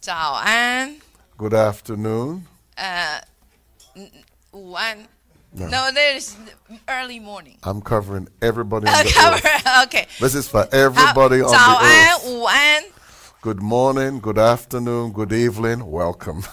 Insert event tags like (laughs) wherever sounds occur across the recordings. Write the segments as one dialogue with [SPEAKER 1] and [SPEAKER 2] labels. [SPEAKER 1] 早安，
[SPEAKER 2] Good afternoon.
[SPEAKER 1] 午安。
[SPEAKER 2] No.
[SPEAKER 1] No, there's early morning.
[SPEAKER 2] I'm covering everybody on the earth.
[SPEAKER 1] (laughs) Cover. Okay. Uh,
[SPEAKER 2] This is for
[SPEAKER 1] 好
[SPEAKER 2] everybody on
[SPEAKER 1] 早安，
[SPEAKER 2] the earth.
[SPEAKER 1] 午
[SPEAKER 2] (laughs)
[SPEAKER 1] 安，
[SPEAKER 2] Good morning, good afternoon, good evening. Welcome.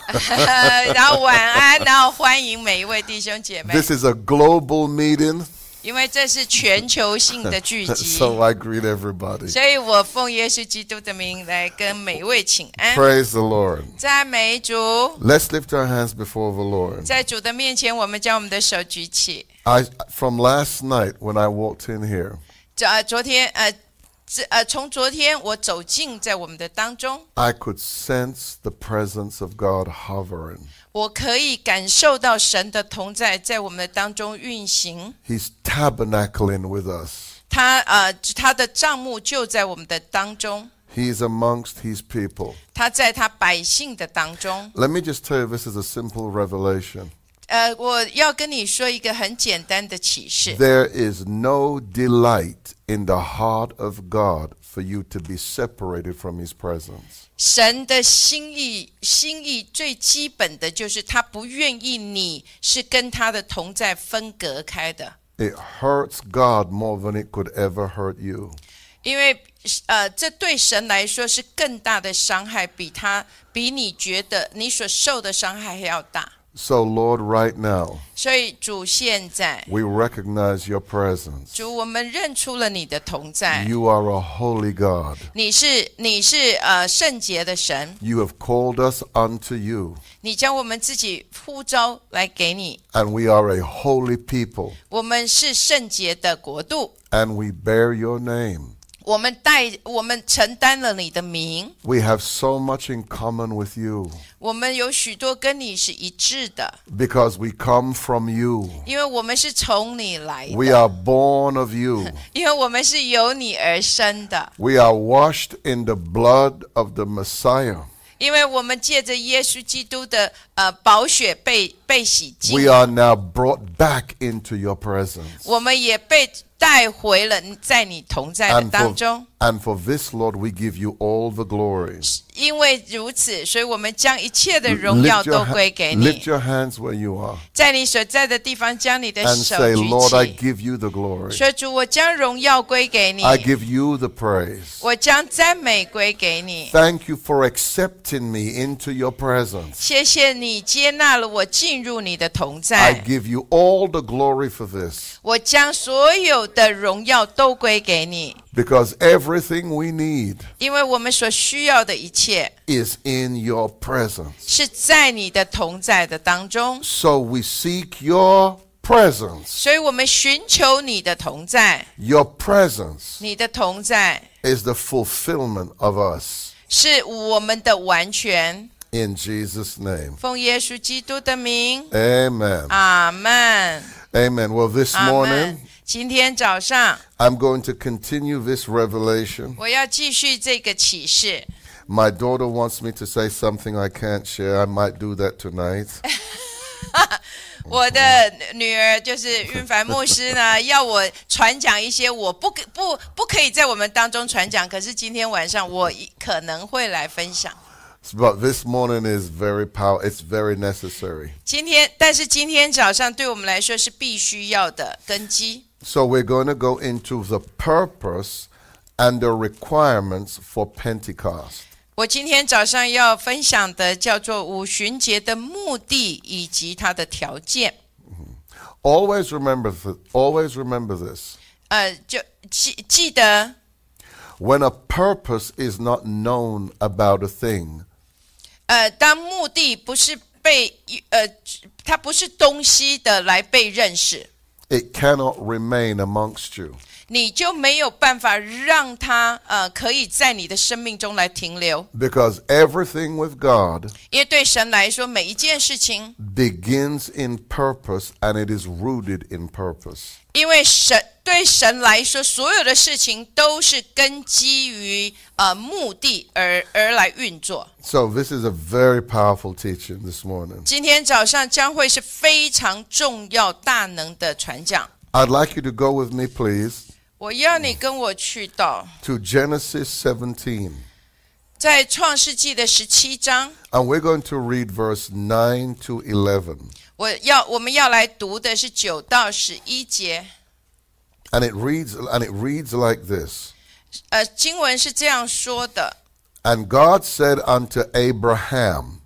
[SPEAKER 1] 然后晚安，然后欢迎每一位弟兄姐妹，
[SPEAKER 2] (laughs) this is a global meeting,
[SPEAKER 1] 因为这是全球
[SPEAKER 2] (laughs)
[SPEAKER 1] 性的聚集，
[SPEAKER 2] so I greet everybody.
[SPEAKER 1] 所以我奉耶稣基督的名来跟每一位请安，
[SPEAKER 2] Praise the Lord.
[SPEAKER 1] 赞美主。
[SPEAKER 2] Let's lift our hands before the Lord.
[SPEAKER 1] 在主的面前，我们将我们的手举起。
[SPEAKER 2] I from last night when I walked in here,
[SPEAKER 1] 昨呃昨天呃，这呃从昨天我走进在我们的当中，
[SPEAKER 2] I could sense the presence of God hovering.
[SPEAKER 1] 我可以感受到神的同在在我们的当中运行。
[SPEAKER 2] He's tabernacling with us.
[SPEAKER 1] 他呃他的账目就在我们的当中，
[SPEAKER 2] He's amongst his people.
[SPEAKER 1] 他在他百姓的当中。
[SPEAKER 2] Let me just tell you this is a simple revelation.
[SPEAKER 1] 呃，我要跟你说一个很简单的启示，
[SPEAKER 2] There is no delight in the heart of God for you to be separated from His presence.
[SPEAKER 1] 神的心意心意最基本的就是他不愿意你是跟他的同在分隔开的。
[SPEAKER 2] It hurts God more than it could ever hurt you.
[SPEAKER 1] 因为呃，这对神来说是更大的伤害，比他比你觉得你所受的伤害还要大。
[SPEAKER 2] So, Lord, right now,
[SPEAKER 1] 所以主现在，
[SPEAKER 2] we recognize your presence.
[SPEAKER 1] 主我们认出了你的同在，
[SPEAKER 2] You are a holy God.
[SPEAKER 1] 你是你是呃圣洁的神，
[SPEAKER 2] You have called us unto you,
[SPEAKER 1] 你将我们自己呼召来给你，
[SPEAKER 2] and we are a holy people,
[SPEAKER 1] 我们是圣洁的国度，
[SPEAKER 2] and we bear your name.
[SPEAKER 1] 我们带我们承担了你的名，
[SPEAKER 2] We have so much in common with you
[SPEAKER 1] 我们有许多跟你是一致的，
[SPEAKER 2] because we come from you.
[SPEAKER 1] 因为我们是从你来
[SPEAKER 2] We
[SPEAKER 1] 的，
[SPEAKER 2] are born of you.
[SPEAKER 1] 因为我们是由你而生的。
[SPEAKER 2] We are washed in the blood of the Messiah.
[SPEAKER 1] 因为我们借着耶稣基督的呃宝血被被洗
[SPEAKER 2] We
[SPEAKER 1] 净，
[SPEAKER 2] are now brought back into your presence.
[SPEAKER 1] 我们也被带回了在你同在的
[SPEAKER 2] And
[SPEAKER 1] 当
[SPEAKER 2] for,
[SPEAKER 1] 中。
[SPEAKER 2] and for this, Lord, we give you all the glory.
[SPEAKER 1] 因为如此，所以我们将一切的荣耀
[SPEAKER 2] Lift
[SPEAKER 1] 都
[SPEAKER 2] your,
[SPEAKER 1] 归给
[SPEAKER 2] ha-
[SPEAKER 1] 你
[SPEAKER 2] lift，your hands where you are
[SPEAKER 1] 在你所在的地方将你的
[SPEAKER 2] and
[SPEAKER 1] 手
[SPEAKER 2] say,
[SPEAKER 1] 举
[SPEAKER 2] Lord, I
[SPEAKER 1] 起，
[SPEAKER 2] give you the glory.
[SPEAKER 1] 说主，我将荣耀归给你，
[SPEAKER 2] I give you the praise.
[SPEAKER 1] 我将赞美归给你。
[SPEAKER 2] Thank you for accepting me into your presence.
[SPEAKER 1] 谢谢你接纳了我进入你的同
[SPEAKER 2] I
[SPEAKER 1] 在，
[SPEAKER 2] give you all the glory for this
[SPEAKER 1] 我将所有的荣耀都归给你，
[SPEAKER 2] because everything we need
[SPEAKER 1] 因为我们所需要的一切。
[SPEAKER 2] is in your presence.
[SPEAKER 1] 是在你的同在的当中，
[SPEAKER 2] So we seek your presence.
[SPEAKER 1] 所以我们寻求你的同在。
[SPEAKER 2] Your presence
[SPEAKER 1] 你的同在
[SPEAKER 2] is the fulfillment of us.
[SPEAKER 1] 是我们的完全。
[SPEAKER 2] In Jesus' name.
[SPEAKER 1] 奉耶稣基督的名，
[SPEAKER 2] Amen.
[SPEAKER 1] 阿门，
[SPEAKER 2] Amen. Well, this
[SPEAKER 1] 阿
[SPEAKER 2] morning,
[SPEAKER 1] 门。今天早上
[SPEAKER 2] I'm going to continue this revelation.
[SPEAKER 1] 我要继续这个启示。
[SPEAKER 2] My daughter wants me to say something I can't share. I might do that tonight.
[SPEAKER 1] 我的女儿就是运凡牧师呢，要我传讲一些我不可不不可以在我们当中传讲，可是今天晚上我可能会来分享。
[SPEAKER 2] But this morning is very power. It's very necessary.
[SPEAKER 1] 今天，但是今天早上对我们来说是必须要的根基，
[SPEAKER 2] So we're going to go into the purpose and the requirements for Pentecost.
[SPEAKER 1] 我今天早上要分享的叫做五旬节的目的以及它的条件。
[SPEAKER 2] Always remember, th- always remember this.
[SPEAKER 1] 呃，就记记得，
[SPEAKER 2] When a purpose is not known about a thing,
[SPEAKER 1] 呃，当目的不是被呃，它不是东西的来被认识，
[SPEAKER 2] it cannot remain amongst you.
[SPEAKER 1] 你就没有办法让它呃可以在你的生命中来停留，
[SPEAKER 2] Because everything with God
[SPEAKER 1] 因为对神来说，每一件事情，
[SPEAKER 2] begins in purpose and it is rooted in purpose.
[SPEAKER 1] 因为神对神来说，所有的事情都是根基于呃目的而而来运作。
[SPEAKER 2] So, this is a very powerful teaching this morning.
[SPEAKER 1] 今天早上将会是非常重要大能的传讲。
[SPEAKER 2] I'd like you to go with me, please,
[SPEAKER 1] 我要你跟我去到
[SPEAKER 2] to Genesis 17.
[SPEAKER 1] 在创世纪的十七章，
[SPEAKER 2] And we're going to read verse 9 to 11.
[SPEAKER 1] 我要我们要来读的是九到十一节。
[SPEAKER 2] And it reads and it reads like this.
[SPEAKER 1] 呃，经文是这样说的：
[SPEAKER 2] And God said unto Abraham,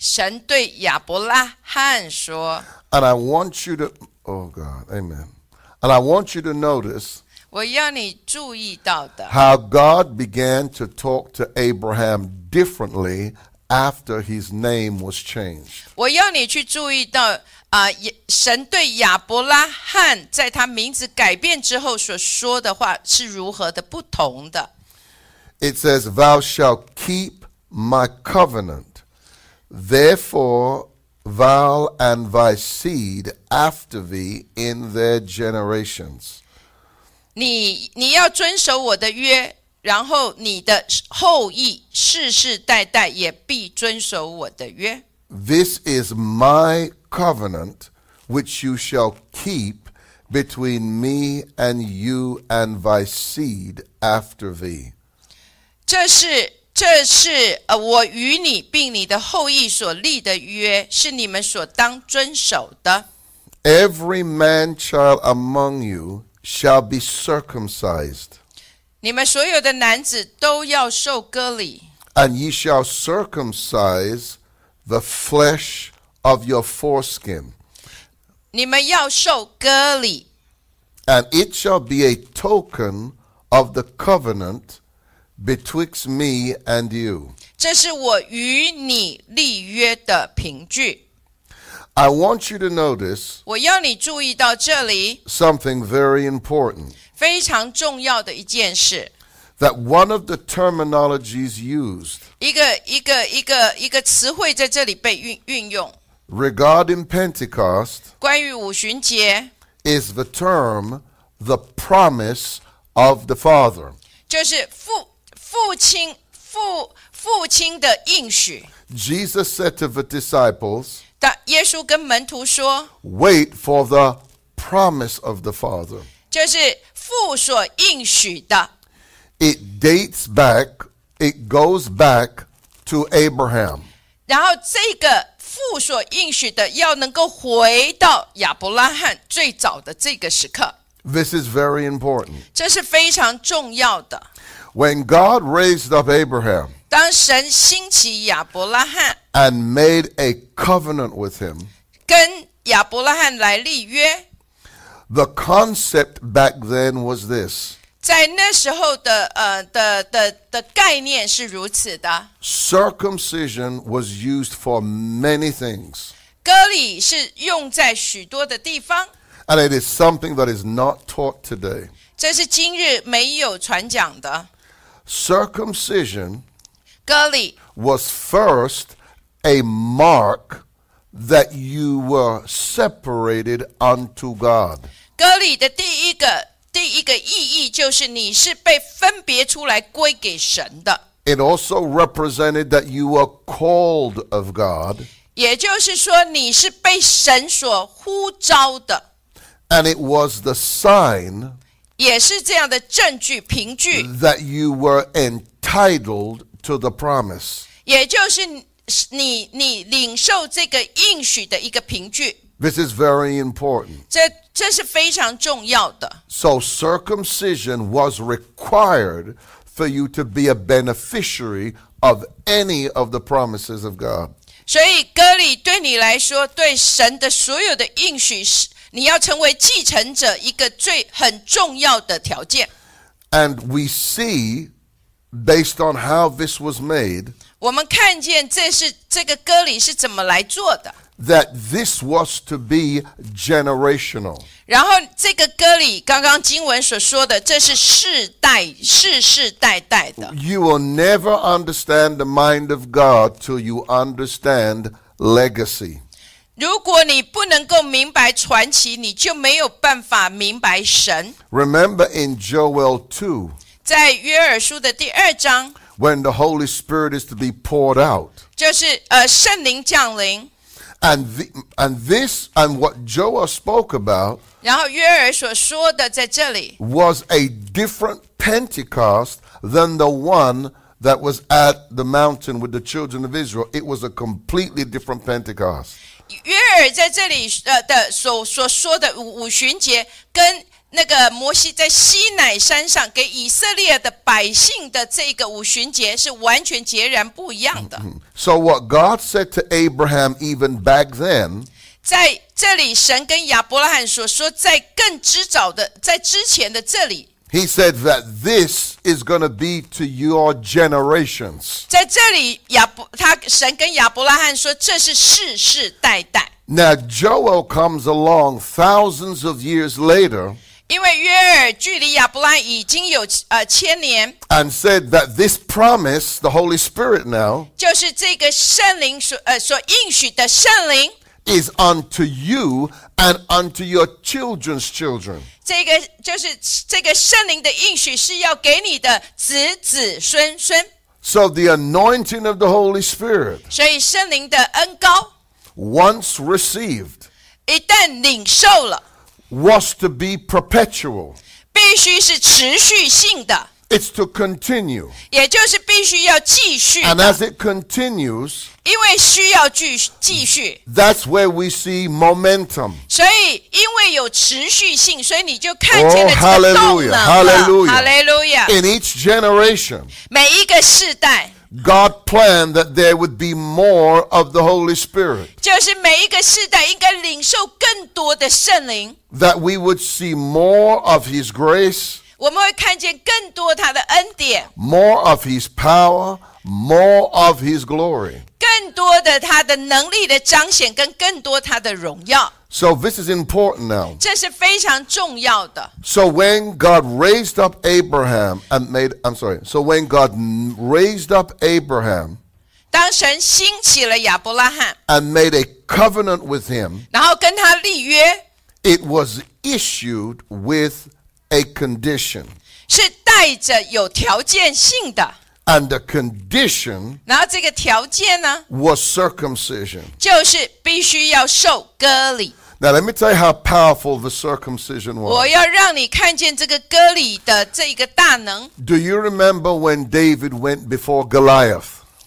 [SPEAKER 1] 神对亚伯拉罕说
[SPEAKER 2] and I want you to oh God, amen. And I want you to notice：“
[SPEAKER 1] 我要你注意到的，
[SPEAKER 2] how God began to talk to Abraham differently after his name was changed.
[SPEAKER 1] 我要你去注意到啊、也神对亚伯拉罕在他名字改变之后所说的话是如何的不同的。
[SPEAKER 2] It says, Thou shalt keep my covenant. Therefore, thou and thy seed after thee in their generations.
[SPEAKER 1] 你你要遵守我的约，然后你的后裔世世代代也必遵守我的约。
[SPEAKER 2] This is my covenant which you shall keep between me and you and thy seed after thee.
[SPEAKER 1] 这是这是呃我与你并你的后裔所立的约，是你们所当遵守的。
[SPEAKER 2] Every man child among you shall be circumcised,
[SPEAKER 1] 你们所有的男子都要受割礼，
[SPEAKER 2] and ye shall circumcise the flesh of your foreskin,
[SPEAKER 1] 你们要受割礼，
[SPEAKER 2] and it shall be a token of the covenant betwixt me and you.
[SPEAKER 1] 这是我与你立约的凭据。
[SPEAKER 2] I want you to notice
[SPEAKER 1] 我要你注意到这里
[SPEAKER 2] something very important
[SPEAKER 1] 非常重要的一件事。
[SPEAKER 2] that one of the terminologies used
[SPEAKER 1] 一个一个一个一个词汇在这里被运运用。
[SPEAKER 2] regarding Pentecost
[SPEAKER 1] 关于五旬节，
[SPEAKER 2] is the term the promise of the Father.
[SPEAKER 1] 就是父父亲父父亲的应许。
[SPEAKER 2] Jesus said to the disciples,
[SPEAKER 1] 但耶稣跟门徒说，
[SPEAKER 2] Wait for the promise of the Father.
[SPEAKER 1] 就是父所应许的，
[SPEAKER 2] It dates back, it goes back to Abraham.
[SPEAKER 1] 然后这个父所应许的要能够回到亚伯拉罕最早的这个时刻，
[SPEAKER 2] This is very important.
[SPEAKER 1] 这是非常重要的。
[SPEAKER 2] When God raised up Abraham
[SPEAKER 1] 当神兴起亚伯拉罕，
[SPEAKER 2] and made a covenant with him,
[SPEAKER 1] 跟亚伯拉罕来立约，
[SPEAKER 2] the concept back then was this
[SPEAKER 1] 在那时候的呃的的的概念是如此的，
[SPEAKER 2] circumcision was used for many things,
[SPEAKER 1] 割礼是用在许多的地方，
[SPEAKER 2] and it is something that is not taught today.
[SPEAKER 1] 这是今日没有传讲的。
[SPEAKER 2] Circumcision
[SPEAKER 1] 割礼
[SPEAKER 2] was first a mark that you were separated unto God.
[SPEAKER 1] 割礼的第一个第一个意义就是你是被分别出来归给神的，
[SPEAKER 2] It also represented that you were called of God,
[SPEAKER 1] 也就是说你是被神所呼召的，
[SPEAKER 2] and it was the sign
[SPEAKER 1] 也是这样的证据凭据，
[SPEAKER 2] that you were entitled to the promise.
[SPEAKER 1] 也就是你你你领受这个应许的一个凭据，
[SPEAKER 2] This is very important.
[SPEAKER 1] 这这是非常重要的。
[SPEAKER 2] So, circumcision was required for you to be a beneficiary of any of the promises of God.
[SPEAKER 1] 所以割礼对你来说，对神的所有的应许是你要成为继承者一个最很重要的条件。
[SPEAKER 2] And we see, based on how this was made,
[SPEAKER 1] 我们看见这是这个割礼是怎么来做的，
[SPEAKER 2] that this was to be generational.
[SPEAKER 1] 然后这个割礼，刚刚经文所说的，这是世代世世代代的。
[SPEAKER 2] You will never understand the mind of God till you understand legacy.
[SPEAKER 1] 如果你不能够明白传奇，你就没有办法明白神。
[SPEAKER 2] Remember in Joel 2,
[SPEAKER 1] 在约珥书的第二章，
[SPEAKER 2] when the Holy Spirit is to be poured out.
[SPEAKER 1] 就是呃圣灵降临，
[SPEAKER 2] And, the, and this and what Joel spoke about
[SPEAKER 1] 然后约珥所说的在这里，
[SPEAKER 2] was a different Pentecost than the one that was at the mountain with the children of Israel, it was a completely different Pentecost.
[SPEAKER 1] 约尔在这里呃的所所说的五五旬节，跟那个摩西在西乃山上给以色列的百姓的这个五旬节是完全截然不一样的。
[SPEAKER 2] So, what God said to Abraham even back then,
[SPEAKER 1] 在这里，神跟亚伯拉罕所说，在更之早的，在之前的这里，
[SPEAKER 2] he said that this is going to be to your generations.
[SPEAKER 1] 在这里亚伯他神跟亚伯拉罕说，这是世世代代。
[SPEAKER 2] Now, Joel comes along thousands of years later
[SPEAKER 1] 因为约尔距离亚伯拉罕已经有呃千年，
[SPEAKER 2] and said that this promise, the Holy Spirit now,
[SPEAKER 1] 就是这个圣灵所呃所应许的圣灵，
[SPEAKER 2] is unto you and unto your children's children.
[SPEAKER 1] 这个就是这个圣灵的应许是要给你的子子孙孙，
[SPEAKER 2] So, the anointing of the Holy Spirit,
[SPEAKER 1] 所以圣灵的恩高
[SPEAKER 2] once received,
[SPEAKER 1] 一旦领受了，
[SPEAKER 2] was to be perpetual,
[SPEAKER 1] 必须是持续性的，
[SPEAKER 2] it's to continue.
[SPEAKER 1] 也就是必须要继续，
[SPEAKER 2] And as it continues,
[SPEAKER 1] 因为需要继继续，
[SPEAKER 2] that's where we see momentum.
[SPEAKER 1] 所以因为有持续性，所以你就看见了
[SPEAKER 2] Oh,
[SPEAKER 1] 这个动
[SPEAKER 2] hallelujah,
[SPEAKER 1] 能了。
[SPEAKER 2] hallelujah.
[SPEAKER 1] 哦哈利路亚！
[SPEAKER 2] In each generation,
[SPEAKER 1] 每一个世代，
[SPEAKER 2] God planned that there would be more of the Holy Spirit,
[SPEAKER 1] 就是每一个世代应该领受更多的圣灵，
[SPEAKER 2] that we would see more of His grace,
[SPEAKER 1] 我们会看见更多他的恩典。
[SPEAKER 2] more of His power, more of His glory.
[SPEAKER 1] 更多的他的能力的彰显，跟更多他的荣耀，
[SPEAKER 2] So, this is important now.
[SPEAKER 1] 这是非常重要的。
[SPEAKER 2] So, when God raised up Abraham and made, I'm sorry, so when God n- raised up Abraham
[SPEAKER 1] 当神兴起了亚伯拉罕，
[SPEAKER 2] and made a covenant with him,
[SPEAKER 1] 然后跟他立约，
[SPEAKER 2] it was issued with a condition.
[SPEAKER 1] 是带着有条件性的。
[SPEAKER 2] And the condition
[SPEAKER 1] 然后这个条件呢，
[SPEAKER 2] was circumcision.
[SPEAKER 1] 就是必须要受割礼。
[SPEAKER 2] Now, let me tell you how powerful the circumcision
[SPEAKER 1] 我
[SPEAKER 2] was.
[SPEAKER 1] 要让你看见这个割礼的这个大能。
[SPEAKER 2] Do you remember when David went before Goliath?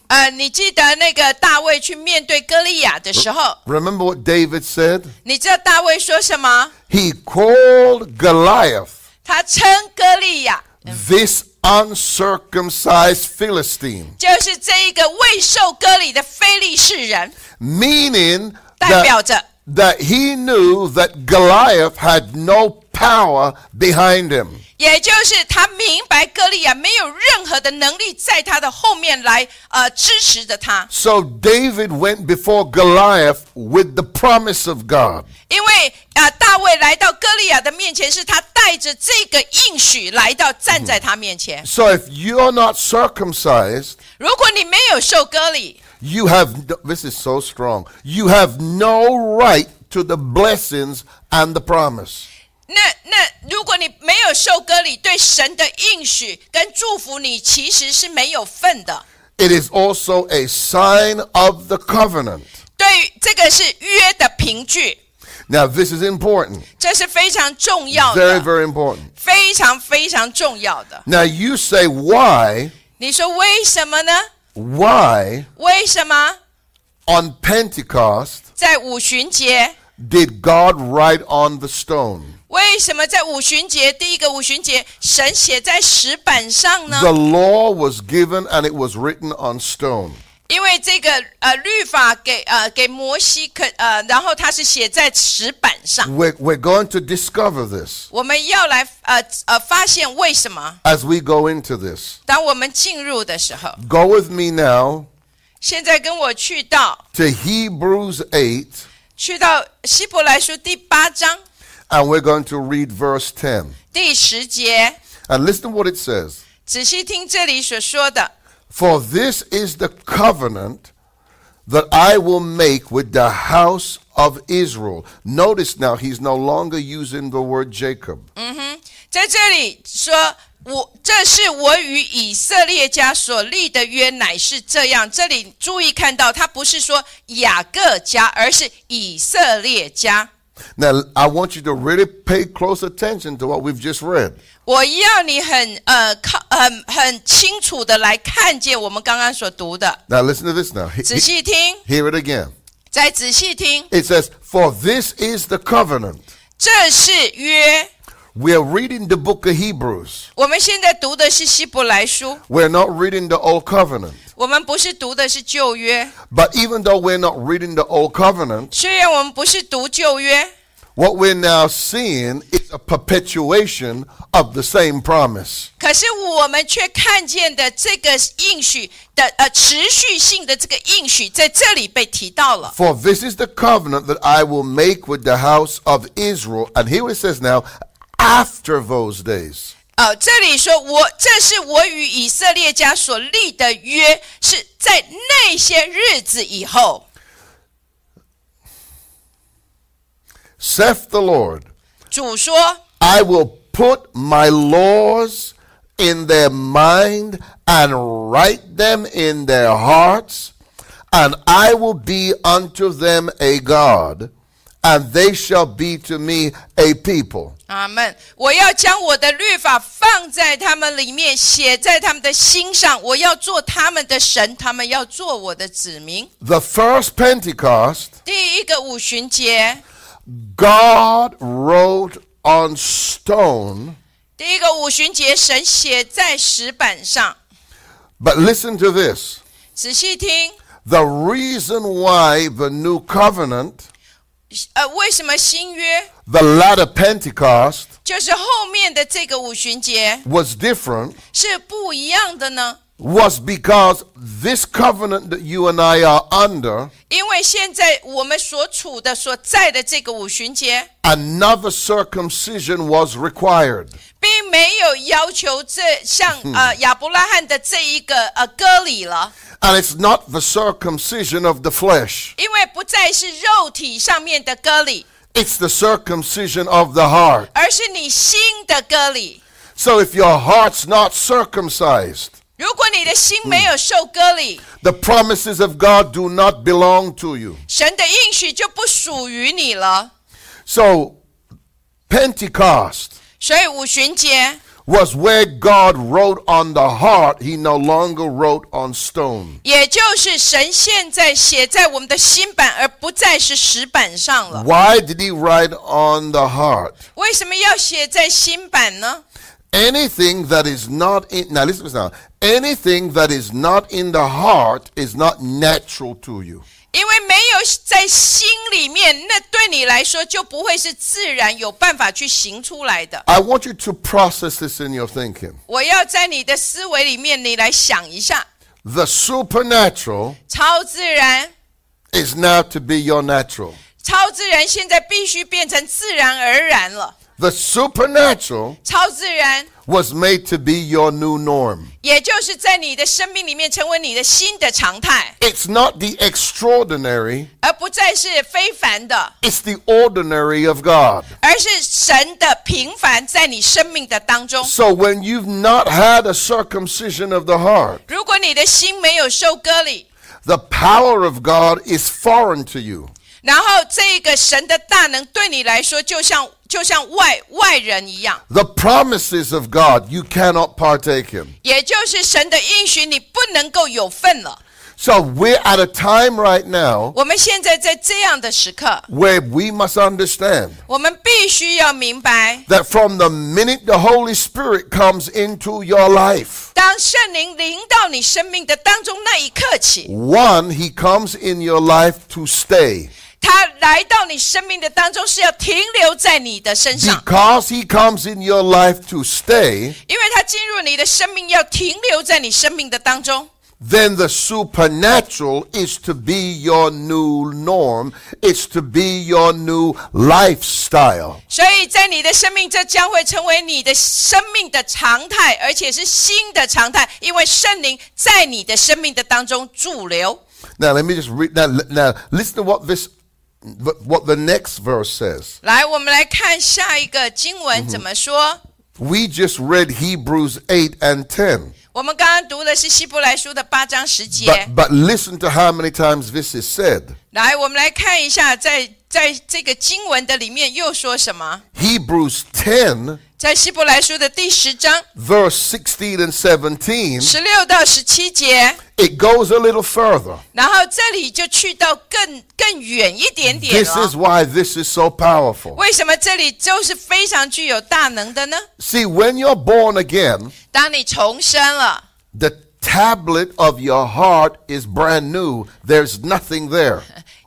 [SPEAKER 1] 呃，你记得那个大卫去面对歌利亚的时候，
[SPEAKER 2] Remember what David said?
[SPEAKER 1] 你知道大卫说什么？
[SPEAKER 2] He called Goliath
[SPEAKER 1] 他称歌利亚
[SPEAKER 2] this uncircumcised Philistine,
[SPEAKER 1] 就是这一个未受割礼的非利士人，
[SPEAKER 2] meaning
[SPEAKER 1] 代表
[SPEAKER 2] that,
[SPEAKER 1] 着
[SPEAKER 2] that he knew that Goliath had no power behind him.
[SPEAKER 1] 也就是他明白歌利亚没有任何的能力在他的后面来呃支持着他，
[SPEAKER 2] So David went before Goliath with the promise of God.
[SPEAKER 1] 因为啊、呃大卫来到歌利亚的面前，是他带着这个应许来到站在他面前。
[SPEAKER 2] So if you're not circumcised,
[SPEAKER 1] 如果你没有受割礼，
[SPEAKER 2] you have no, this is so strong. You have no right to the blessings and the promise.
[SPEAKER 1] 那那如果你没有受割礼，对神的应许跟祝福，你其实是没有份的。
[SPEAKER 2] It is also a sign of the covenant.
[SPEAKER 1] 对于这个是约的凭据，
[SPEAKER 2] Now this is important.
[SPEAKER 1] 这是非常重要
[SPEAKER 2] Very
[SPEAKER 1] 的。
[SPEAKER 2] very important.
[SPEAKER 1] 非常非常重要的。
[SPEAKER 2] Now you say why
[SPEAKER 1] 你说为什么呢？
[SPEAKER 2] why
[SPEAKER 1] 为什么
[SPEAKER 2] on Pentecost
[SPEAKER 1] 在五旬节？
[SPEAKER 2] did God write on the stone?
[SPEAKER 1] 为什么在五旬节第一个五旬节，神写在石板上呢？
[SPEAKER 2] The law was given and it was written on stone.
[SPEAKER 1] 因为这个呃律法给呃给摩西可呃，然后它是写在石板上。
[SPEAKER 2] We're, we're going to discover this
[SPEAKER 1] 我们要来呃呃发现为什么？
[SPEAKER 2] as we go into this.
[SPEAKER 1] 当我们进入的时候，
[SPEAKER 2] Go with me now
[SPEAKER 1] 现在跟我去到
[SPEAKER 2] to Hebrews 8,
[SPEAKER 1] 去到希伯来书第八章
[SPEAKER 2] and we're going to read verse 10.
[SPEAKER 1] 第十节，
[SPEAKER 2] And listen to what it says
[SPEAKER 1] 仔细听这里所说的。
[SPEAKER 2] For this is the covenant that I will make with the house of Israel. Notice now, he's no longer using the word Jacob.
[SPEAKER 1] 在这里说，我这是我与以色列家所立的约，乃是这样。这里注意看到，他不是说雅各家，而是以色列家。
[SPEAKER 2] Now, I want you to really pay close attention to what we've just read.
[SPEAKER 1] 我要你很呃靠很很清楚的来看见我们刚刚所读的，
[SPEAKER 2] Now, listen to this now. He-
[SPEAKER 1] 仔
[SPEAKER 2] he-
[SPEAKER 1] 细听，
[SPEAKER 2] hear it again.
[SPEAKER 1] 再仔细听，
[SPEAKER 2] It says, For this is the covenant.
[SPEAKER 1] 这是约。
[SPEAKER 2] We're reading the book of Hebrews.
[SPEAKER 1] 我们现在读的是希伯来书，
[SPEAKER 2] We're not reading the old covenant.
[SPEAKER 1] 我们不是读的是旧约。
[SPEAKER 2] But even though we're not reading the old covenant,
[SPEAKER 1] 虽然我们不是读旧约，
[SPEAKER 2] what we're now seeing is a perpetuation of the same promise.
[SPEAKER 1] 可是我们却看见的这个应许的呃持续性的这个应许在这里被提到了。
[SPEAKER 2] For this is the covenant that I will make with the house of Israel. And here it says now, after those days.
[SPEAKER 1] 呃，这里说我这是我与以色列家所立的约，是在那些日子以后，
[SPEAKER 2] Saith the Lord,
[SPEAKER 1] 主说
[SPEAKER 2] I will put my laws in their mind and write them in their hearts, and I will be unto them a God, and they shall be to me a people.
[SPEAKER 1] 阿门，我要将我的律法放在他们里面，写在他们的心上，我要做他们的神，他们要做我的子民。
[SPEAKER 2] The first Pentecost,
[SPEAKER 1] 第一个五旬节，
[SPEAKER 2] God wrote on stone,
[SPEAKER 1] 第一个五旬节，神写在石板上。
[SPEAKER 2] but listen to this.
[SPEAKER 1] 仔细听，
[SPEAKER 2] The reason why the new covenant,
[SPEAKER 1] 呃，为什么新约
[SPEAKER 2] the latter Pentecost,
[SPEAKER 1] 就是后面的这个五旬节
[SPEAKER 2] was different
[SPEAKER 1] 是不一样的呢？
[SPEAKER 2] was because this covenant that you and I are under,
[SPEAKER 1] 因为现在我们所处的、所在的这个五旬节，
[SPEAKER 2] another circumcision was required.
[SPEAKER 1] 并没有要求这像呃亚伯拉罕的这一个呃割礼了，
[SPEAKER 2] And it's not the circumcision of the flesh,
[SPEAKER 1] 因为不再是肉体上面的割礼，
[SPEAKER 2] it's the circumcision of the heart.
[SPEAKER 1] 而是你心的割礼。
[SPEAKER 2] So if your heart's not circumcised,
[SPEAKER 1] 如果你的心没有受割礼，
[SPEAKER 2] the promises of God do not belong to you.
[SPEAKER 1] 神的应许就不属于你了。
[SPEAKER 2] So Pentecost
[SPEAKER 1] 所以五旬节
[SPEAKER 2] was where God wrote on the heart, he no longer wrote on stone.
[SPEAKER 1] 也就是神现在写在我们的新版，而不再是石板上了。
[SPEAKER 2] Why did he write on the heart?
[SPEAKER 1] 为什么要写在新版呢？
[SPEAKER 2] Anything that is not in now listen to this now. Anything that is not in the heart is not natural to you.
[SPEAKER 1] 因为没有在心里面，那对你来说就不会是自然有办法去行出来的。
[SPEAKER 2] I want you to process this in your thinking.
[SPEAKER 1] 我要在你的思维里面，你来想一下，
[SPEAKER 2] The supernatural
[SPEAKER 1] 超自然，
[SPEAKER 2] is now to be your natural.
[SPEAKER 1] 超自然现在必须变成自然而然了。
[SPEAKER 2] The supernatural
[SPEAKER 1] 超自然，
[SPEAKER 2] was made to be your new norm.
[SPEAKER 1] 也就是在你的生命里面成为你的新的常态，
[SPEAKER 2] It's not the extraordinary,
[SPEAKER 1] 而不再是非凡的。
[SPEAKER 2] it's the ordinary of God.
[SPEAKER 1] 而是神的平凡在你生命的当中。
[SPEAKER 2] So when you've not had a circumcision of the heart,
[SPEAKER 1] 如果你的心没有受割礼，
[SPEAKER 2] the power of God is foreign to you.
[SPEAKER 1] 然后这个神的大能对你来说，就像就像外外人一样，
[SPEAKER 2] The promises of God you cannot partake in.
[SPEAKER 1] 也就是神的应许，你不能够有份了。
[SPEAKER 2] So we're at a time right now
[SPEAKER 1] 我们现在在这样的时刻，
[SPEAKER 2] where we must understand
[SPEAKER 1] 我们必须要明白，
[SPEAKER 2] that from the minute the Holy Spirit comes into your life,
[SPEAKER 1] 当圣灵临到你生命的当中那一刻起，
[SPEAKER 2] one, he comes in your life to stay.
[SPEAKER 1] 他来到你生命的当中是要停留在你的身上，
[SPEAKER 2] Because he comes in your life to stay,
[SPEAKER 1] 因为他进入你的生命，要停留在你生命的当中。
[SPEAKER 2] then the supernatural is to be your new norm. It's to be your new lifestyle.
[SPEAKER 1] 所以在你的生命，这将会成为你的生命的常态，而且是新的常态，因为圣灵在你的生命的当中驻留。
[SPEAKER 2] Now let me just read. Now, now listen to what this, what the next verse says.
[SPEAKER 1] 来，我们来看下一个经
[SPEAKER 2] 嗯
[SPEAKER 1] 文怎么说。
[SPEAKER 2] We just read Hebrews eight and ten,
[SPEAKER 1] 我们刚刚读的是希伯来书的八章十节，
[SPEAKER 2] but but listen to how many times this is said.
[SPEAKER 1] 来，我们来看一下，在在这个经文的里面又说什么？
[SPEAKER 2] Hebrews 10,
[SPEAKER 1] 在希伯来书的第十章
[SPEAKER 2] verse 16 and 17,
[SPEAKER 1] 十六到十七节，
[SPEAKER 2] it goes a little further.
[SPEAKER 1] 然后这里就去到更更远一点点
[SPEAKER 2] This
[SPEAKER 1] 了
[SPEAKER 2] is
[SPEAKER 1] 哦。
[SPEAKER 2] why this is so powerful.
[SPEAKER 1] 为什么这里就是非常具有大能的呢？
[SPEAKER 2] See, when you're born again,
[SPEAKER 1] 当你重生了，
[SPEAKER 2] the tablet of your heart is brand new. There's nothing there.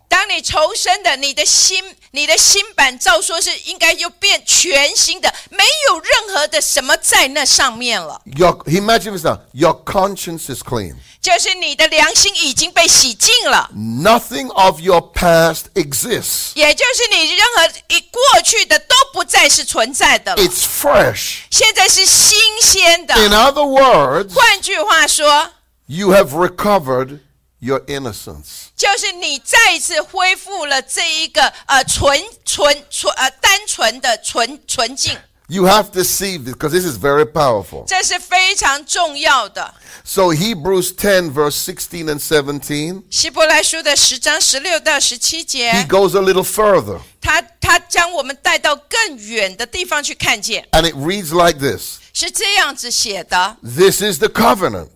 [SPEAKER 1] 当你重生的，你的心，你的新版照说是应该又变全新的，没有任何的什么在那上面了，
[SPEAKER 2] Your imagine this now. Your conscience is clean.
[SPEAKER 1] 就是你的良心已经被洗净了。
[SPEAKER 2] Nothing of your past exists.
[SPEAKER 1] 也就是你任何一过去的都不再是存在的了，
[SPEAKER 2] It's fresh.
[SPEAKER 1] 现在是新鲜的。
[SPEAKER 2] In other words,
[SPEAKER 1] 换句话说，
[SPEAKER 2] you have recovered your innocence.
[SPEAKER 1] 就是你再一次恢复了这一个呃纯纯纯呃单纯的纯纯净，
[SPEAKER 2] You have to see this because this is very powerful.
[SPEAKER 1] 这是非常重要的。
[SPEAKER 2] So Hebrews 10 verse 16 and 17,
[SPEAKER 1] 希伯来书的十章十六到十七
[SPEAKER 2] he
[SPEAKER 1] 节，
[SPEAKER 2] goes a little further
[SPEAKER 1] 他他将我们带到更远的地方去看见，
[SPEAKER 2] and it reads like this.
[SPEAKER 1] 是这样子写的。
[SPEAKER 2] This is the covenant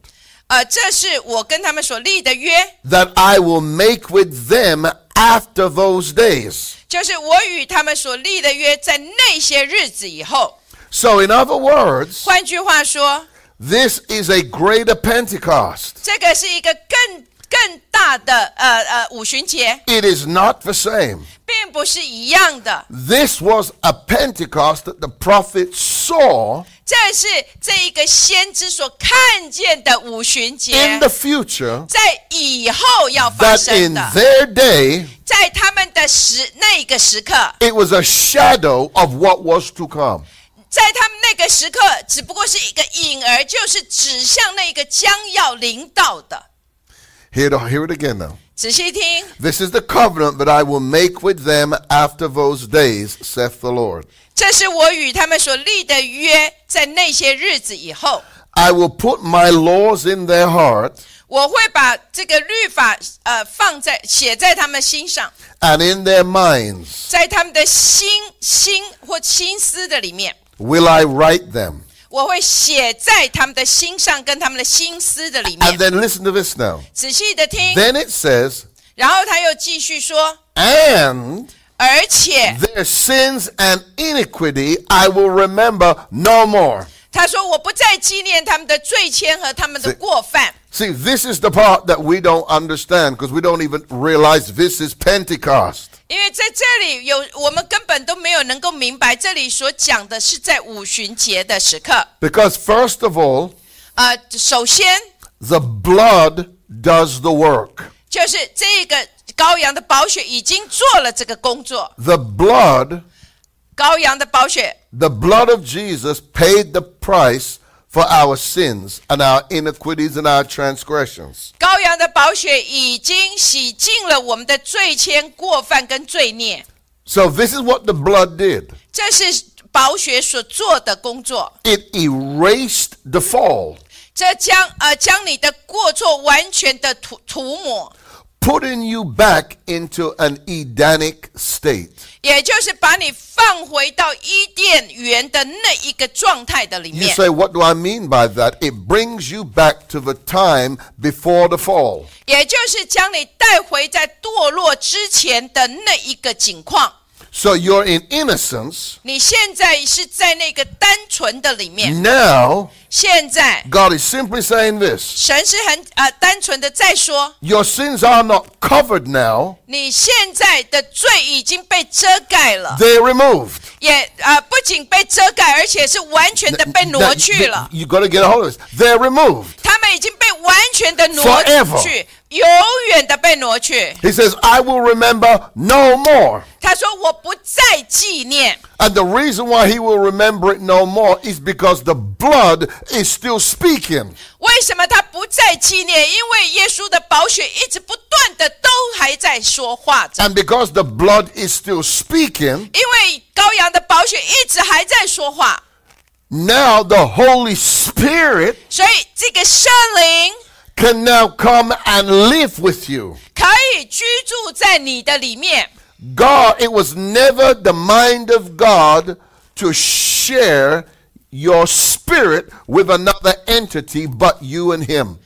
[SPEAKER 1] 呃，这是我跟他们所立的约，
[SPEAKER 2] that I will make with them after those days.
[SPEAKER 1] 就是我与他们所立的约，在那些日子以后。
[SPEAKER 2] So in other words,
[SPEAKER 1] 换句话说，
[SPEAKER 2] this is a greater Pentecost.
[SPEAKER 1] 这个是一个更更大的呃呃五旬节，
[SPEAKER 2] It is not the same.
[SPEAKER 1] 并不是一样的。
[SPEAKER 2] This was a Pentecost that the prophet saw
[SPEAKER 1] 这是这一个先知所看见的五旬
[SPEAKER 2] in
[SPEAKER 1] 节
[SPEAKER 2] the，future
[SPEAKER 1] 在以后要发
[SPEAKER 2] that in
[SPEAKER 1] 生的，
[SPEAKER 2] their day
[SPEAKER 1] 在他们的时那个时刻，
[SPEAKER 2] it was a shadow of what was to come.
[SPEAKER 1] 在他们那个时刻，只不过是一个影儿，就是指向那个将要临到的。
[SPEAKER 2] Hear it, hear it again now.
[SPEAKER 1] 仔细听，
[SPEAKER 2] This is the covenant that I will make with them after those days, saith the Lord.
[SPEAKER 1] 这是我与他们所立的约，在那些日子以后，
[SPEAKER 2] I will put my laws in their heart,
[SPEAKER 1] 我会把这个律法呃放在写在他们心上，
[SPEAKER 2] and in their minds
[SPEAKER 1] 在他们的心心或心思的里面，
[SPEAKER 2] will I write them.
[SPEAKER 1] 我会写在他们的心上跟他们的心思的里
[SPEAKER 2] And
[SPEAKER 1] 面。
[SPEAKER 2] then listen to this now.
[SPEAKER 1] 仔细的听，
[SPEAKER 2] Then it says,
[SPEAKER 1] 然后他又继续说，
[SPEAKER 2] and
[SPEAKER 1] 而且
[SPEAKER 2] their sins and iniquity I will remember no more.
[SPEAKER 1] 他说我不再纪念他们的罪愆和他们的
[SPEAKER 2] 是
[SPEAKER 1] 过犯。
[SPEAKER 2] See, this is the part that we don't understand because we don't even realize this is Pentecost.
[SPEAKER 1] 因为在这里有，我们根本都没有能够明白，这里所讲的是在五旬节的时刻。
[SPEAKER 2] Because, first of all,
[SPEAKER 1] 呃，首先
[SPEAKER 2] the blood does the work.
[SPEAKER 1] 就是这个羔羊的宝血已经做了这个工作，
[SPEAKER 2] The blood,
[SPEAKER 1] 羔羊的宝血，
[SPEAKER 2] the blood of Jesus paid the price for our sins and our iniquities and our transgressions.
[SPEAKER 1] 羔羊的宝血已经洗净了我们的罪愆、过犯跟罪孽，
[SPEAKER 2] So, this is what the blood did
[SPEAKER 1] 这是宝血所做的工作。
[SPEAKER 2] it erased the fall,
[SPEAKER 1] 这将呃将你的过错完全的涂涂抹，
[SPEAKER 2] putting you back into an Edenic state.
[SPEAKER 1] 也就是把你放回到伊甸园的那一个状态的里
[SPEAKER 2] You
[SPEAKER 1] 面。
[SPEAKER 2] say, what do I mean by that? It brings you back to the time before the fall.
[SPEAKER 1] 也就是将你带回在堕落之前的那一个景况。
[SPEAKER 2] So you're in innocence.
[SPEAKER 1] 你现在是在那个单纯的里
[SPEAKER 2] 嗯
[SPEAKER 1] 面，
[SPEAKER 2] Now,
[SPEAKER 1] 现在
[SPEAKER 2] God is simply saying this
[SPEAKER 1] 神是很呃单纯的在说，
[SPEAKER 2] Your sins are not covered now,
[SPEAKER 1] 你现在的罪已经被遮盖了，
[SPEAKER 2] they're removed.
[SPEAKER 1] 也呃不仅被遮盖，而且是完全的被
[SPEAKER 2] Now,
[SPEAKER 1] 挪去
[SPEAKER 2] th-
[SPEAKER 1] 了。
[SPEAKER 2] you got to get a hold of this. They're removed.
[SPEAKER 1] 他们已经被完全的挪
[SPEAKER 2] Forever
[SPEAKER 1] 去，永远的被挪去。
[SPEAKER 2] He says, I will remember no more.
[SPEAKER 1] 他说：“我不再纪念。
[SPEAKER 2] And the reason why he will remember it no more is because the blood is still speaking.
[SPEAKER 1] 为什么他不再纪念？因为耶稣的宝血一直不断的都还在说话着，
[SPEAKER 2] And because the blood is still speaking,
[SPEAKER 1] 因为羔羊的宝血一直还在说话，
[SPEAKER 2] Now the Holy Spirit
[SPEAKER 1] 所以这个圣灵
[SPEAKER 2] can now come and live with you.
[SPEAKER 1] 可以居住在你的里面。
[SPEAKER 2] God, it was never the mind of God to share your spirit with another entity but you and Him.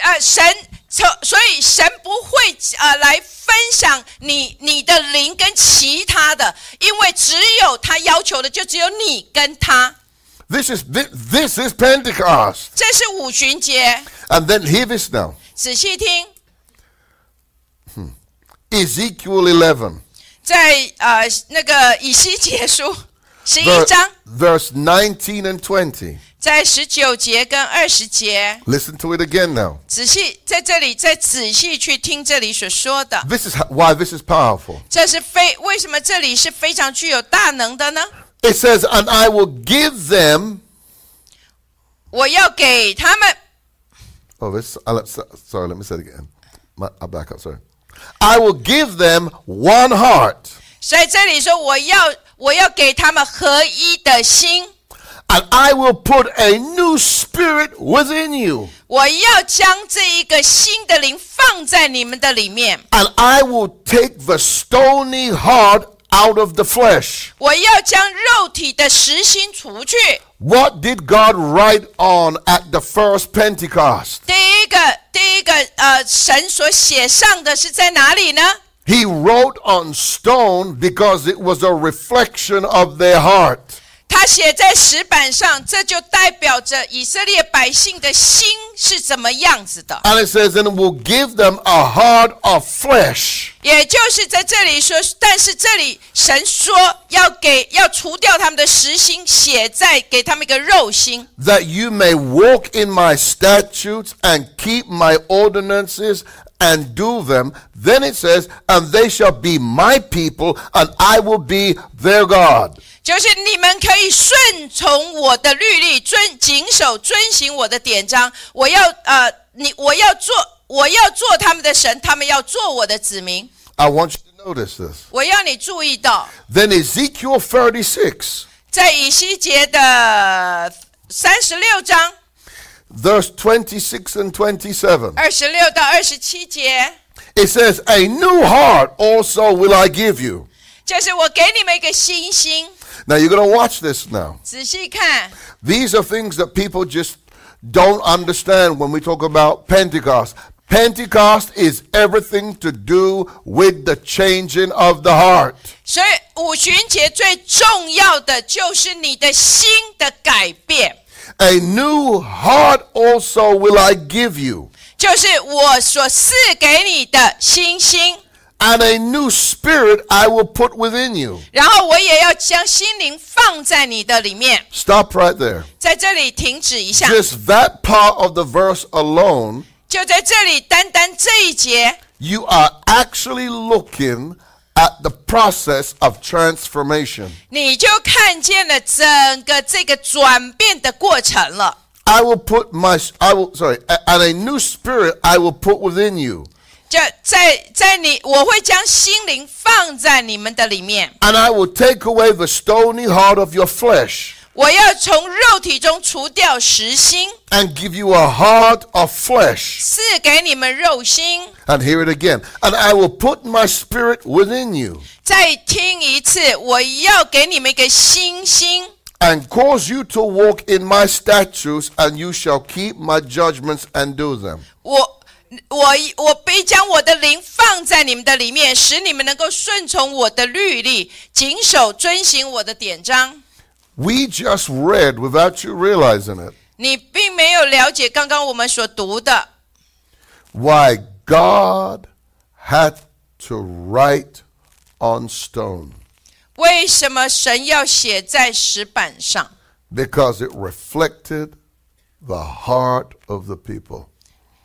[SPEAKER 1] 呃，神所所以神不会呃来分享你你的灵跟其他的，因为只有他要求的就只有你跟他。
[SPEAKER 2] This is this, this is Pentecost.
[SPEAKER 1] 这是五旬节，
[SPEAKER 2] And then hear this now.
[SPEAKER 1] 仔细听，
[SPEAKER 2] Ezekiel 11,
[SPEAKER 1] 在呃那个以西结书十一
[SPEAKER 2] ver-
[SPEAKER 1] 章，
[SPEAKER 2] verse 19 and 20.
[SPEAKER 1] 在十九节跟二十节，
[SPEAKER 2] Listen to it again now.
[SPEAKER 1] 仔细在这里再仔细去听这里所说的，
[SPEAKER 2] This is ho- why this is powerful.
[SPEAKER 1] 这是非为什么这里是非常具有大能的呢？
[SPEAKER 2] It says, And I will give them.
[SPEAKER 1] 我要给他们
[SPEAKER 2] Oh, this. Uh, let's, sorry, let me say it again. My, I'll back up. Sorry. I will give them one heart,
[SPEAKER 1] 在这里说，我要我要给他们合一的心，
[SPEAKER 2] and I will put a new spirit within you,
[SPEAKER 1] 我要将这一个新的灵放在你们的里面，
[SPEAKER 2] and I will take the stony heart out of the flesh.
[SPEAKER 1] 我要将肉体的实心除去。
[SPEAKER 2] What did God write on at the first Pentecost?
[SPEAKER 1] 第一个，第一个，呃，神所写上的是在哪里呢？
[SPEAKER 2] He wrote on stone because it was a reflection of their heart.
[SPEAKER 1] 他写在石板上，这就代表着以色列百姓的心是怎么样子的，
[SPEAKER 2] And it says, and will give them a heart of flesh.
[SPEAKER 1] 也就是在这里说。但是这里神说要给要除掉他们的实心，写在给他们一个肉心。
[SPEAKER 2] that you may walk in my statutes and keep my ordinances and do them. Then it says, and they shall be my people, and I will be their God.
[SPEAKER 1] 就是你们可以顺从我的律例，遵谨守遵行我的典章。我要呃，你我要做，我要做他们的神，他们要做我的子民。
[SPEAKER 2] I want you to notice this.
[SPEAKER 1] 我要你注意到，
[SPEAKER 2] Then Ezekiel 36,
[SPEAKER 1] 在以西结的三十六章
[SPEAKER 2] verse 26 and 27,
[SPEAKER 1] 二十六到二十七节，
[SPEAKER 2] it says, A new heart also will I give you.
[SPEAKER 1] 就是我给你们一个星星，
[SPEAKER 2] Now you're going to watch this now.
[SPEAKER 1] 仔细看，
[SPEAKER 2] These are things that people just don't understand when we talk about Pentecost. Pentecost is everything to do with the changing of the heart.
[SPEAKER 1] 所以五旬节最重要的就是你的心的改变。
[SPEAKER 2] A new heart also will I give you,
[SPEAKER 1] 就是我所赐给你的星星，
[SPEAKER 2] and a new spirit I will put within you.
[SPEAKER 1] 然后我也要将心灵放在你的里面。
[SPEAKER 2] Stop right there.
[SPEAKER 1] 在这里停止一下，
[SPEAKER 2] Just that part of the verse alone,
[SPEAKER 1] 就在这里，单单这一节，
[SPEAKER 2] you are actually looking at the process of transformation.
[SPEAKER 1] 你就看见了整个这个转变的过程了。
[SPEAKER 2] I will put my I will sorry a- and a new spirit I will put within you,
[SPEAKER 1] 就在在你，我会将心灵放在你们的里面，
[SPEAKER 2] and I will take away the stony heart of your flesh,
[SPEAKER 1] 我要从肉体中除掉实心，
[SPEAKER 2] and give you a heart of flesh.
[SPEAKER 1] 赐给你们肉心。
[SPEAKER 2] And hear it again, and I will put my spirit within you,
[SPEAKER 1] 再听一次，我要给你们一个星星。
[SPEAKER 2] and cause you to walk in my statutes, and you shall keep my judgments and do them.
[SPEAKER 1] 我我我必将我的灵放在你们的里面，使你们能够顺从我的律例，谨守遵行我的典章。
[SPEAKER 2] We just read without you realizing it.
[SPEAKER 1] 你并没有了解刚刚我们所读的，
[SPEAKER 2] why God had to write on stone
[SPEAKER 1] 为什么神要写在石板上？
[SPEAKER 2] because it reflected the heart of the people.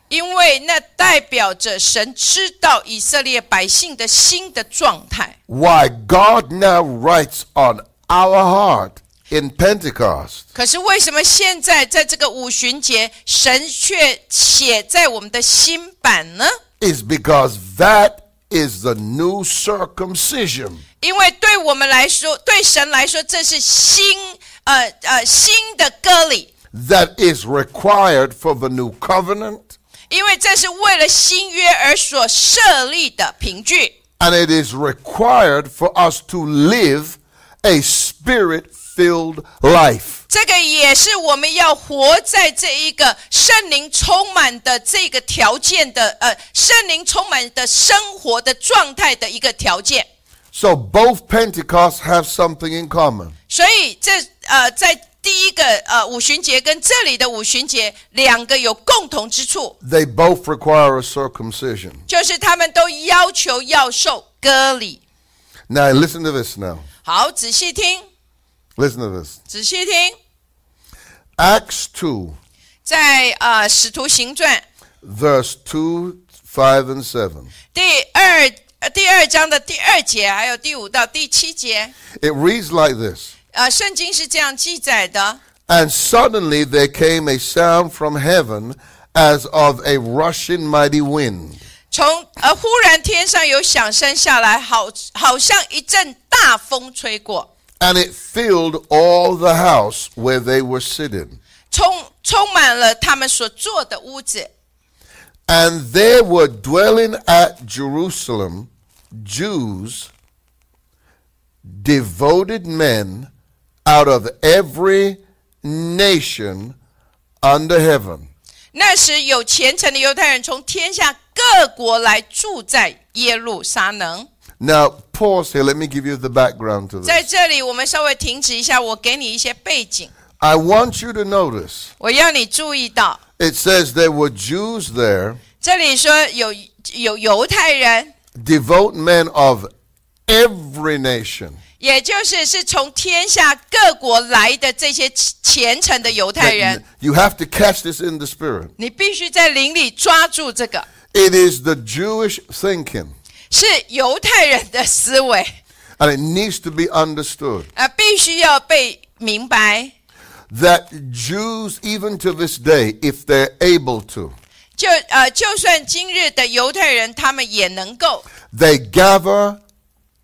[SPEAKER 1] 因为那代表着神知道以色列百姓的心的状态。
[SPEAKER 2] Why God now writes on our heart in Pentecost.
[SPEAKER 1] 可是为什么现在在这个五旬节，神却写在我们的心板呢？
[SPEAKER 2] is because that is the new circumcision.
[SPEAKER 1] 因为对我们来说，对神来说，这是新呃呃新的割礼，
[SPEAKER 2] that is required for the new covenant,
[SPEAKER 1] 因为这是为了新约而所设立的凭据，
[SPEAKER 2] And it is required for us to live a spirit filled life.
[SPEAKER 1] 这个也是我们要活在这一个圣灵充满的这个条件的，呃，圣灵充满的生活的状态的一个条件。
[SPEAKER 2] So both Pentecosts have something in common.
[SPEAKER 1] 所以这呃，在第一个呃五旬节跟这里的五旬节两个有共同之处，
[SPEAKER 2] They both require a circumcision.
[SPEAKER 1] 就是他们都要求要受割礼。
[SPEAKER 2] Now listen to this now.
[SPEAKER 1] 好，仔细听，
[SPEAKER 2] Listen to this.
[SPEAKER 1] 仔细听，
[SPEAKER 2] Acts 2,
[SPEAKER 1] 在呃《使徒行传》
[SPEAKER 2] verse 2, 5, and 7.
[SPEAKER 1] 第二呃第二章的第二节，还有第五到第七节，
[SPEAKER 2] It reads like this.
[SPEAKER 1] 呃，圣经是这样记载的。
[SPEAKER 2] And suddenly there came a sound from heaven as of a rushing mighty wind,
[SPEAKER 1] 从呃，忽然天上有响声下来，好好像一阵大风吹过，
[SPEAKER 2] and it filled all the house where they were sitting.
[SPEAKER 1] 充充满了他们所坐的屋子。
[SPEAKER 2] And there were dwelling at Jerusalem Jews, devoted men out of every nation under heaven.
[SPEAKER 1] 那时有虔诚的犹太人从天下各国来住在耶路撒冷。
[SPEAKER 2] Now, pause here. Let me give you the background to
[SPEAKER 1] 在
[SPEAKER 2] this.
[SPEAKER 1] 这里，我们稍微停止一下，我给你一些背景，
[SPEAKER 2] I want you to notice
[SPEAKER 1] 我要你注意到，
[SPEAKER 2] it says there were Jews there.
[SPEAKER 1] 这里说有有犹太人，
[SPEAKER 2] devout men of every nation.
[SPEAKER 1] 也就是是从天下各国来的这些虔诚的犹太人，
[SPEAKER 2] You have to catch this in the spirit.
[SPEAKER 1] 你必须在灵里抓住这个，
[SPEAKER 2] It is the Jewish thinking,
[SPEAKER 1] 是犹太人的思维，
[SPEAKER 2] and it needs to be understood
[SPEAKER 1] 啊，必须要被明白。
[SPEAKER 2] that Jews, even to this day, if they're able to,
[SPEAKER 1] 就呃，就算今日的犹太人，他们也能够。
[SPEAKER 2] they gather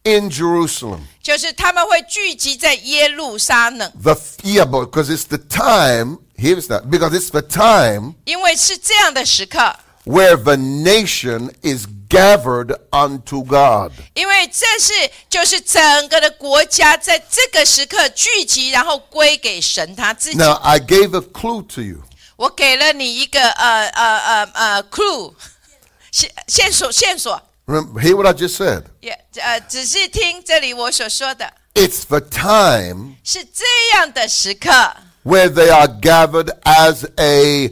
[SPEAKER 2] in Jerusalem.
[SPEAKER 1] 就是他们会聚集在耶路撒冷，
[SPEAKER 2] The f- yeah, because it's the time. Here's that because it's the time
[SPEAKER 1] 因为是这样的时刻，
[SPEAKER 2] where the nation is gathered unto God.
[SPEAKER 1] 因为这是就是整个的国家在这个时刻聚集，然后归给神他自己。
[SPEAKER 2] Now I gave a clue to you.
[SPEAKER 1] 我给了你一个呃呃呃呃 clue 线线索线索，
[SPEAKER 2] Remember, hear what I just said.
[SPEAKER 1] 也呃只是听这里我所说的，
[SPEAKER 2] It's the time
[SPEAKER 1] 是这样的时刻。
[SPEAKER 2] where they are gathered as a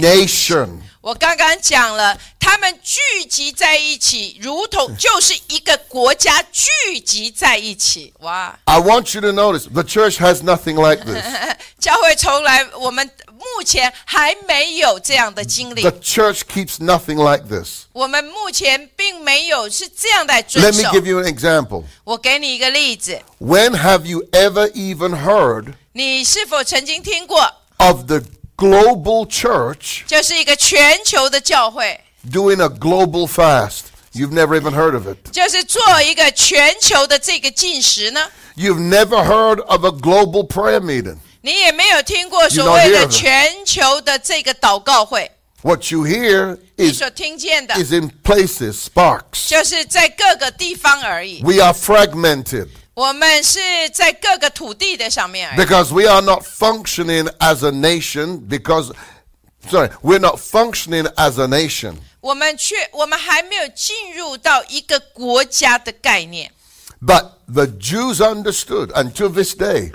[SPEAKER 2] nation.
[SPEAKER 1] 我刚刚讲了，他们聚集在一起，如同就是一个国家聚集在一起，哇！
[SPEAKER 2] I want you to notice the church has nothing like this.
[SPEAKER 1] 教会从来，我们目前还没有这样的经历
[SPEAKER 2] The。church keeps nothing like this.
[SPEAKER 1] 我们目前并没有是这样来遵
[SPEAKER 2] Let me
[SPEAKER 1] 守。
[SPEAKER 2] give you an example.
[SPEAKER 1] 我给你一个例子，
[SPEAKER 2] When have you ever even heard
[SPEAKER 1] 你是否曾经听过，
[SPEAKER 2] of the global church
[SPEAKER 1] 就是一个全球的教会，
[SPEAKER 2] doing a global fast? You've never even heard of it.
[SPEAKER 1] 就是做一个全球的这个进食呢？
[SPEAKER 2] You've never heard of a global prayer meeting.
[SPEAKER 1] 你也没有听过
[SPEAKER 2] You
[SPEAKER 1] 所
[SPEAKER 2] know
[SPEAKER 1] 谓
[SPEAKER 2] here
[SPEAKER 1] 的
[SPEAKER 2] of it.
[SPEAKER 1] 全球的这个祷告会，
[SPEAKER 2] What you hear
[SPEAKER 1] 你
[SPEAKER 2] is,
[SPEAKER 1] 所听见的，
[SPEAKER 2] is in places, sparks.
[SPEAKER 1] 就是在各个地方而已。
[SPEAKER 2] We are fragmented.
[SPEAKER 1] 我们是在各个土地的上面而已。
[SPEAKER 2] Because we are not functioning as a nation, because, sorry, we're not functioning as a nation.
[SPEAKER 1] 我们却我们还没有进入到一个国家的概念。
[SPEAKER 2] But the Jews understood until this day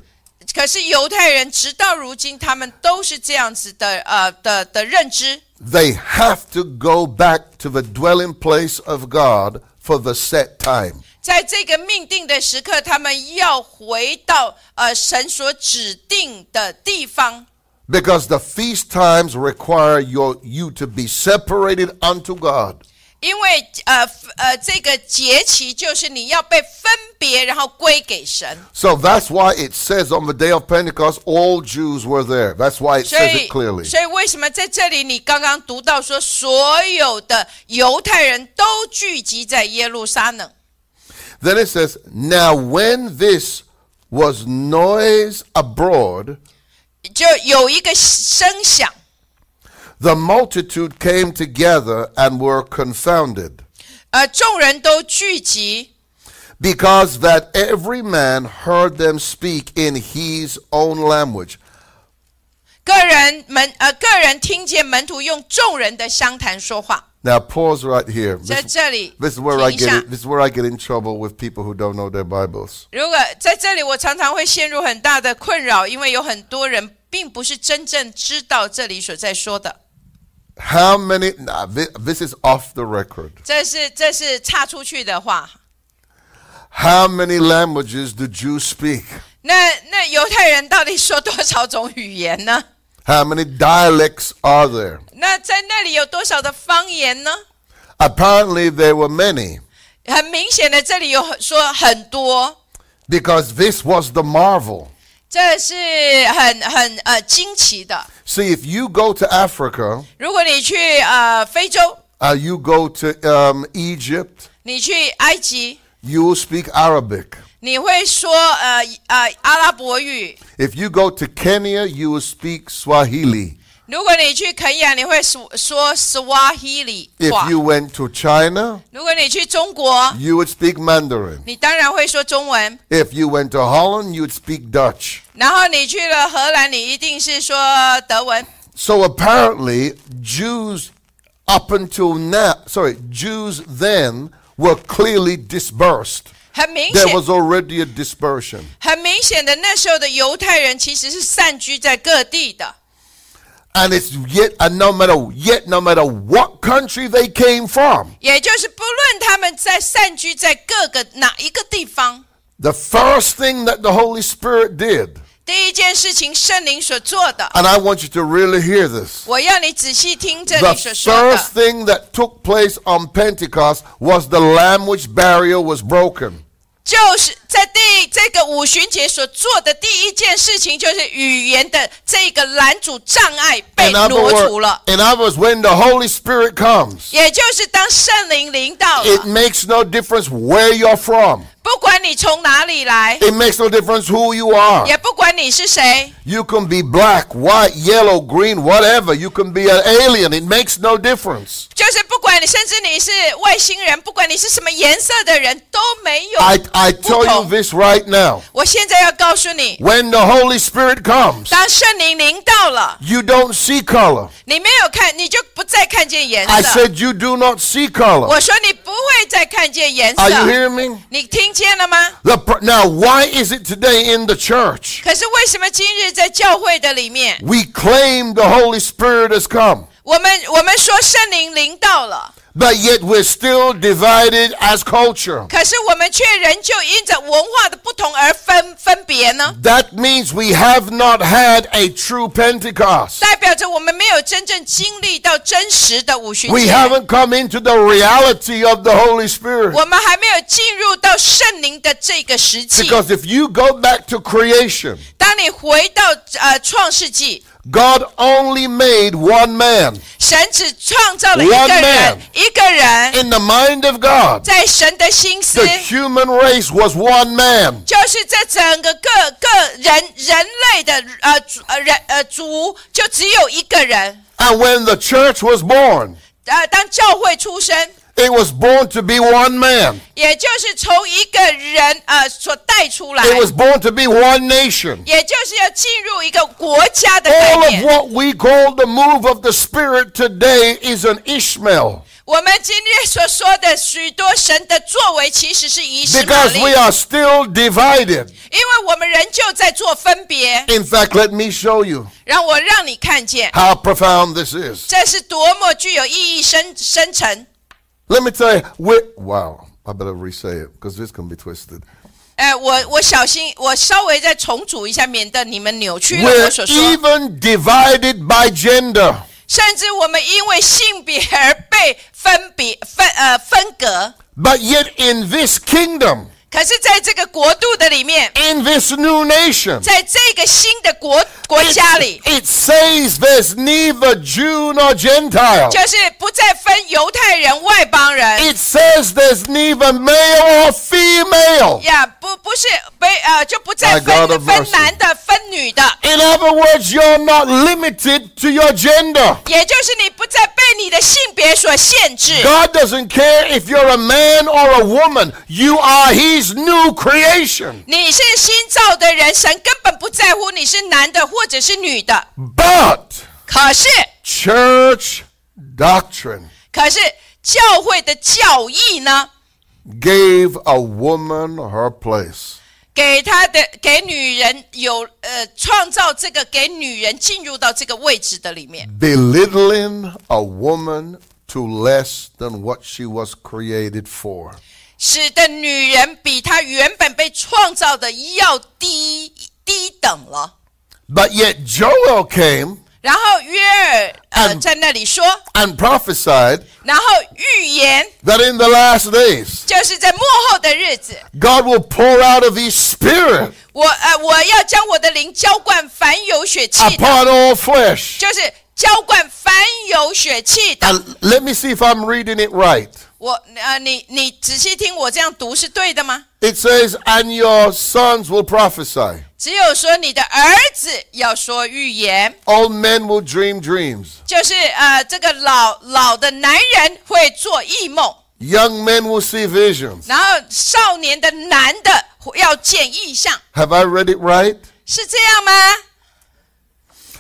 [SPEAKER 1] 可是犹太人直到如今，他们都是这样子的呃的的认知，
[SPEAKER 2] they have to go back to the dwelling place of God for the set time.
[SPEAKER 1] 在这个命定的时刻，他们要回到呃神所指定的地方，
[SPEAKER 2] Because the feast times require your, you to be separated unto God.
[SPEAKER 1] 因为呃呃这个节期就是你要被分别，然后归给神。
[SPEAKER 2] So that's why it says on the day of Pentecost, all Jews were there. That's why it
[SPEAKER 1] 所
[SPEAKER 2] says
[SPEAKER 1] 以
[SPEAKER 2] it clearly.
[SPEAKER 1] 所以为什么在这里你刚刚读到说所有的犹太人都聚集在耶路撒冷？
[SPEAKER 2] Then it says, Now when this was noise abroad,
[SPEAKER 1] 就有一个声响，
[SPEAKER 2] the multitude came together and were confounded,
[SPEAKER 1] 呃，众人都聚集，
[SPEAKER 2] because that every man heard them speak in his own language.
[SPEAKER 1] 个人门呃，个人听见门徒用众人的相谈说话，
[SPEAKER 2] Now pause right here. This,
[SPEAKER 1] 在这里
[SPEAKER 2] this is where I
[SPEAKER 1] 停一
[SPEAKER 2] get
[SPEAKER 1] 下
[SPEAKER 2] it, this is where I get in trouble with people who don't know their Bibles.
[SPEAKER 1] 如果在这里，我常常会陷入很大的困扰，因为有很多人并不是真正知道这里所在说的。
[SPEAKER 2] How many? Nah, thi- this is off the record.
[SPEAKER 1] 这是这是岔出去的话。
[SPEAKER 2] How many languages do Jews speak?
[SPEAKER 1] 那那犹太人到底说多少种语言呢？
[SPEAKER 2] How many dialects are there?
[SPEAKER 1] 那在那里有多少的方言呢？
[SPEAKER 2] Apparently, there were many
[SPEAKER 1] 很明显的，这里有很说很多，
[SPEAKER 2] because this was the marvel.
[SPEAKER 1] 这是很很呃惊奇的。
[SPEAKER 2] See, if you go to Africa,
[SPEAKER 1] 如果你去呃非洲，
[SPEAKER 2] uh, you go to um, Egypt,
[SPEAKER 1] 你去埃及，
[SPEAKER 2] you will speak Arabic.
[SPEAKER 1] 你会说呃呃阿拉伯语；
[SPEAKER 2] If you go to Kenya, you will speak Swahili.
[SPEAKER 1] 如果你去肯亚，你会说说 Swahili
[SPEAKER 2] If
[SPEAKER 1] 话；
[SPEAKER 2] you went to China,
[SPEAKER 1] 如果你去中国，
[SPEAKER 2] you would speak Mandarin.
[SPEAKER 1] 你当然会说中文。
[SPEAKER 2] If you went to Holland, you'd speak Dutch.
[SPEAKER 1] 然后你去了荷兰，你一定是说德文。
[SPEAKER 2] So apparently, Jews up until now, sorry, Jews then were clearly dispersed.
[SPEAKER 1] 很明
[SPEAKER 2] There
[SPEAKER 1] 显，
[SPEAKER 2] was already a dispersion.
[SPEAKER 1] 很明显的，那时候的犹太人其实是散居在各地的。
[SPEAKER 2] And it's yet, and no matter, yet no matter what country they came from,
[SPEAKER 1] 也就是不论他们在散居在各个哪一个地方，
[SPEAKER 2] the first thing that the Holy Spirit did,
[SPEAKER 1] 第一件事情圣灵所做的，
[SPEAKER 2] and I want you to really hear this.
[SPEAKER 1] 我要你仔细听这
[SPEAKER 2] The
[SPEAKER 1] 里所说
[SPEAKER 2] first
[SPEAKER 1] 的。
[SPEAKER 2] thing that took place on Pentecost was the language barrier was broken.
[SPEAKER 1] 就是在第这个五旬节所做的第一件事情，就是语言的这个拦阻障碍被
[SPEAKER 2] In other,
[SPEAKER 1] 挪除
[SPEAKER 2] words,
[SPEAKER 1] 了。
[SPEAKER 2] in other words, when the Holy Spirit comes,
[SPEAKER 1] 也就是当圣灵领导了
[SPEAKER 2] It makes no difference where you're from.
[SPEAKER 1] 不管你从哪里来，
[SPEAKER 2] It makes no difference who you are.
[SPEAKER 1] 也不管你是谁，
[SPEAKER 2] You can be black, white, yellow, green, whatever. You can be an alien. It makes no difference.
[SPEAKER 1] 就是不管你，甚至你是外星人，不管你是什么颜色的人都没有
[SPEAKER 2] I, I
[SPEAKER 1] 不
[SPEAKER 2] tell you
[SPEAKER 1] 同。
[SPEAKER 2] this right now.
[SPEAKER 1] 我现在要告诉你，
[SPEAKER 2] When the Holy Spirit comes,
[SPEAKER 1] 当圣灵临到了，
[SPEAKER 2] you don't see color.
[SPEAKER 1] 你没有看，你就不再看见颜
[SPEAKER 2] I
[SPEAKER 1] 色。
[SPEAKER 2] said you do not see color.
[SPEAKER 1] 我说你不会再看见颜
[SPEAKER 2] Are you
[SPEAKER 1] 色，
[SPEAKER 2] hearing me?
[SPEAKER 1] 你听见了吗？
[SPEAKER 2] The pr- now, why is it today in the church?
[SPEAKER 1] 可是为什么今日在教会的里面，
[SPEAKER 2] We claim the Holy Spirit has come,
[SPEAKER 1] 我们我们说圣灵临到了，
[SPEAKER 2] but yet we're still divided as culture.
[SPEAKER 1] 可是我们却仍旧因着文化的不同而分分别呢？
[SPEAKER 2] That means we have not had a true Pentecost.
[SPEAKER 1] 代表着我们没有真正经历到真实的五旬
[SPEAKER 2] We
[SPEAKER 1] 节，
[SPEAKER 2] haven't come into the reality of the Holy Spirit.
[SPEAKER 1] 我们还没有进入到圣灵的这个实际。
[SPEAKER 2] Because if you go back to creation,
[SPEAKER 1] 当你回到呃创世纪，
[SPEAKER 2] God only made one man.
[SPEAKER 1] 神只创造了一
[SPEAKER 2] One
[SPEAKER 1] 个
[SPEAKER 2] man.
[SPEAKER 1] 人，一个人
[SPEAKER 2] In the mind of God,
[SPEAKER 1] 在神的心思
[SPEAKER 2] the human race was one man.
[SPEAKER 1] 就是这整个各个人人类的呃族呃人呃族就只有一个人。
[SPEAKER 2] And when the church was born,
[SPEAKER 1] 呃，当教会出生，
[SPEAKER 2] it was born to be one man.
[SPEAKER 1] 也就是从一个人呃所带出来，
[SPEAKER 2] It was born to be one nation.
[SPEAKER 1] 也就是要进入一个国家的概
[SPEAKER 2] All of
[SPEAKER 1] 念。
[SPEAKER 2] what we call the move of the Spirit today is an Ishmael.
[SPEAKER 1] 我们今天所说的许多神的作为，其实是遗失玛
[SPEAKER 2] Because
[SPEAKER 1] 丽，因
[SPEAKER 2] we are still divided.
[SPEAKER 1] 为我们仍旧在做分别。
[SPEAKER 2] In fact, let me show you
[SPEAKER 1] 让我让你看见，
[SPEAKER 2] how profound this is.
[SPEAKER 1] 这是多么具有意义深深沉。
[SPEAKER 2] Let me tell you, we wow, I better re say it because this can be twisted.
[SPEAKER 1] 哎、我我小心，我稍微再重组一下，免得你们扭曲了
[SPEAKER 2] We're
[SPEAKER 1] 我所说。
[SPEAKER 2] even divided by gender.
[SPEAKER 1] 甚至我们因为性别而被分别分呃分隔，
[SPEAKER 2] But yet, in this kingdom,
[SPEAKER 1] 可是在这个国度的里面，
[SPEAKER 2] in this new nation,
[SPEAKER 1] 在这个新的国国
[SPEAKER 2] it,
[SPEAKER 1] 家里，
[SPEAKER 2] it says there's neither Jew nor Gentile.
[SPEAKER 1] 就是不再分犹太人、外邦人。
[SPEAKER 2] It says there's neither male or female.
[SPEAKER 1] 呀不不是被呃就不再
[SPEAKER 2] My God
[SPEAKER 1] 分
[SPEAKER 2] of
[SPEAKER 1] 分
[SPEAKER 2] mercy.
[SPEAKER 1] 男的分女的，
[SPEAKER 2] In other words, you're not limited to your gender.
[SPEAKER 1] 也就是你不再被你的性别所限制。
[SPEAKER 2] God doesn't care if you're a man or a woman. You are His new creation.
[SPEAKER 1] 你是新造的人，神根本不在乎你是男的或者是女的。
[SPEAKER 2] But
[SPEAKER 1] 可是，
[SPEAKER 2] church doctrine
[SPEAKER 1] 可是教会的教义呢，
[SPEAKER 2] gave a woman her place.
[SPEAKER 1] 给他的给女人有呃创造这个给女人进入到这个位置的里面，
[SPEAKER 2] belittling a woman to less than what she was created for.
[SPEAKER 1] 使得女人比她原本被创造的要低低等了。
[SPEAKER 2] But yet Joel came
[SPEAKER 1] 然后约尔呃
[SPEAKER 2] 嗯
[SPEAKER 1] 在那里说，
[SPEAKER 2] and prophesied
[SPEAKER 1] 然后预言
[SPEAKER 2] that in the last days
[SPEAKER 1] 就是在幕后的日子，
[SPEAKER 2] God will pour out of his spirit
[SPEAKER 1] 我呃我要将我的灵浇灌凡有血气的。
[SPEAKER 2] upon all flesh.
[SPEAKER 1] 就是浇灌凡有血气的。
[SPEAKER 2] And let me see if I'm reading it right.
[SPEAKER 1] 我呃，你你仔细听，我这样读是对的吗？
[SPEAKER 2] It says, and your sons will prophesy.
[SPEAKER 1] 只有说你的儿子要说预言，
[SPEAKER 2] All men will dream dreams.
[SPEAKER 1] 就是呃，这个老老的男人会做异梦，
[SPEAKER 2] Young men will see visions.
[SPEAKER 1] 然后少年的男的要见异象，
[SPEAKER 2] Have I read it right?
[SPEAKER 1] 是这样吗？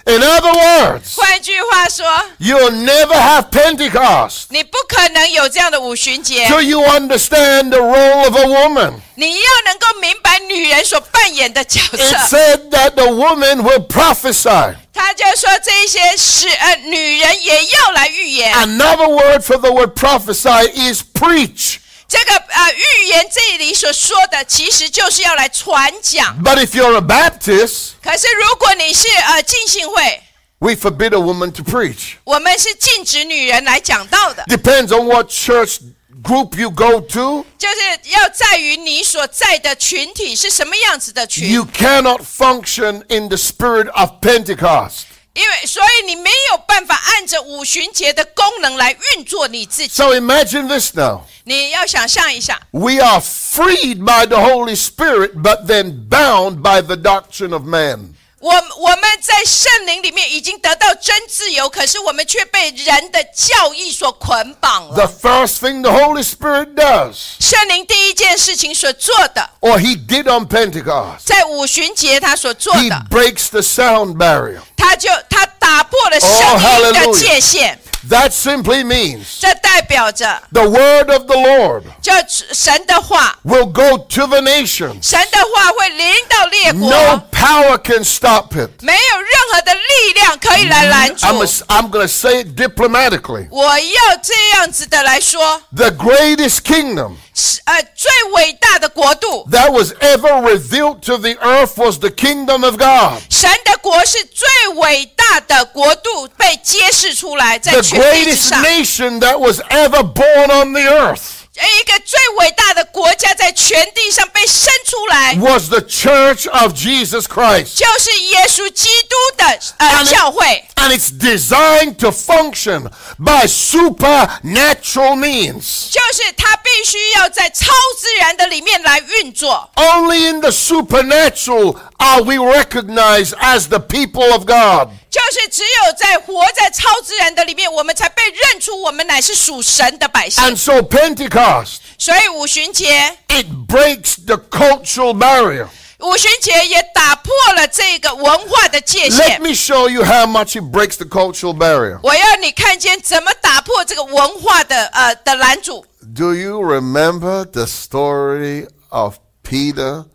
[SPEAKER 2] In other words,
[SPEAKER 1] 换句话说，
[SPEAKER 2] you'll never have Pentecost.
[SPEAKER 1] 你不可能有这样的五旬节，
[SPEAKER 2] So you understand the role of a woman.
[SPEAKER 1] 你要能够明白女人所扮演的角
[SPEAKER 2] It
[SPEAKER 1] 色。
[SPEAKER 2] said that the woman will prophesy.
[SPEAKER 1] 他就说这一些是呃，女人也要来预言。啊
[SPEAKER 2] Another word for the word prophesy is preach.
[SPEAKER 1] 这个呃预言这里所说的，其实就是要来传讲。
[SPEAKER 2] But if you're a Baptist,
[SPEAKER 1] 可是如果你是呃浸信会，
[SPEAKER 2] we forbid a woman to preach.
[SPEAKER 1] 我们是禁止女人来讲道的，
[SPEAKER 2] Depends on what church group you go to.
[SPEAKER 1] 就是要在于你所在的群体是什么样子的群，
[SPEAKER 2] You cannot function in the spirit of Pentecost.
[SPEAKER 1] 因为所以你没有办法按着五旬节的功能来运作你自己。
[SPEAKER 2] So imagine this now.
[SPEAKER 1] 你要想象一下，
[SPEAKER 2] We are freed by the Holy Spirit, but then bound by the doctrine of man.
[SPEAKER 1] 我我们在圣灵里面已经得到真自由，可是我们却被人的教义所捆绑了。
[SPEAKER 2] The first thing the Holy Spirit does
[SPEAKER 1] 圣灵第一件事情所做的。
[SPEAKER 2] or he did on Pentecost.
[SPEAKER 1] 在五旬节他所做
[SPEAKER 2] He
[SPEAKER 1] 的，
[SPEAKER 2] breaks the sound barrier.
[SPEAKER 1] 他就他打破了声
[SPEAKER 2] 哦
[SPEAKER 1] 音的界限，
[SPEAKER 2] That simply means
[SPEAKER 1] 这代表着
[SPEAKER 2] the word of the Lord
[SPEAKER 1] 这神的话，
[SPEAKER 2] will go to the nations.
[SPEAKER 1] 神的话会临到列国，
[SPEAKER 2] No power can stop it.
[SPEAKER 1] 没有任何的力量可以来拦住。
[SPEAKER 2] I'm, a, I'm going to say it diplomatically.
[SPEAKER 1] 我要这样子的来说，
[SPEAKER 2] The greatest kingdom
[SPEAKER 1] 是呃最伟大的国度，
[SPEAKER 2] that was ever revealed to the earth was the kingdom of God.
[SPEAKER 1] 神的国是最伟大的国度被揭示出来，在
[SPEAKER 2] The
[SPEAKER 1] 全地之
[SPEAKER 2] greatest
[SPEAKER 1] 上，
[SPEAKER 2] nation that was ever born on the earth
[SPEAKER 1] 一个最伟大的国家在全地上被生出来。
[SPEAKER 2] was the church of Jesus Christ.
[SPEAKER 1] 就是耶稣基督的呃
[SPEAKER 2] Amen
[SPEAKER 1] 教会，
[SPEAKER 2] and it's designed to function by supernatural means.
[SPEAKER 1] 就是他必须要在超自然的里面来运作。
[SPEAKER 2] Only in the supernatural are we recognized as the people of God.
[SPEAKER 1] 就是只有在活在超自然的里面，我们才被认出我们乃是属神的百姓。
[SPEAKER 2] And so Pentecost,
[SPEAKER 1] 所以五旬节，
[SPEAKER 2] it breaks the cultural barrier.
[SPEAKER 1] 五旬节也打破了这个文化的界
[SPEAKER 2] Let
[SPEAKER 1] 限。
[SPEAKER 2] me show you how much it breaks the cultural barrier.
[SPEAKER 1] 我要你看见怎么打破这个文化的呃的拦阻。
[SPEAKER 2] Do you remember the story of Peter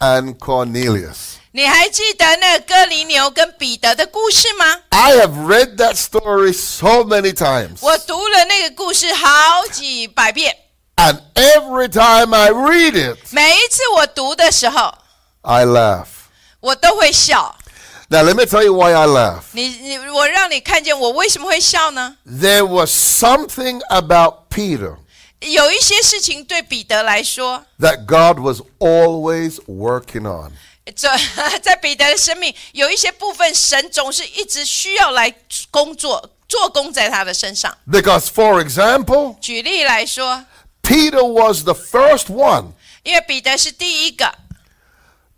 [SPEAKER 2] and Cornelius?
[SPEAKER 1] 你还记得那哥尼牛跟彼得的故事吗？
[SPEAKER 2] I have read that story so many times.
[SPEAKER 1] 我读了那个故事好几百遍。
[SPEAKER 2] And every time I read it,
[SPEAKER 1] 每一次我读的时候，
[SPEAKER 2] I laugh.
[SPEAKER 1] 我都会笑。
[SPEAKER 2] Now, let me tell you why I laugh.
[SPEAKER 1] 你你我让你看见我为什么会笑呢？
[SPEAKER 2] There was something about Peter
[SPEAKER 1] 有一些事情对彼得来说，
[SPEAKER 2] that God was always working on.
[SPEAKER 1] 这 (laughs) 在彼得的生命有一些部分，神总是一直需要来工作做工在他的身上。
[SPEAKER 2] Because, for example,
[SPEAKER 1] 举例来说，
[SPEAKER 2] Peter was the first one
[SPEAKER 1] 因为彼得是第一个，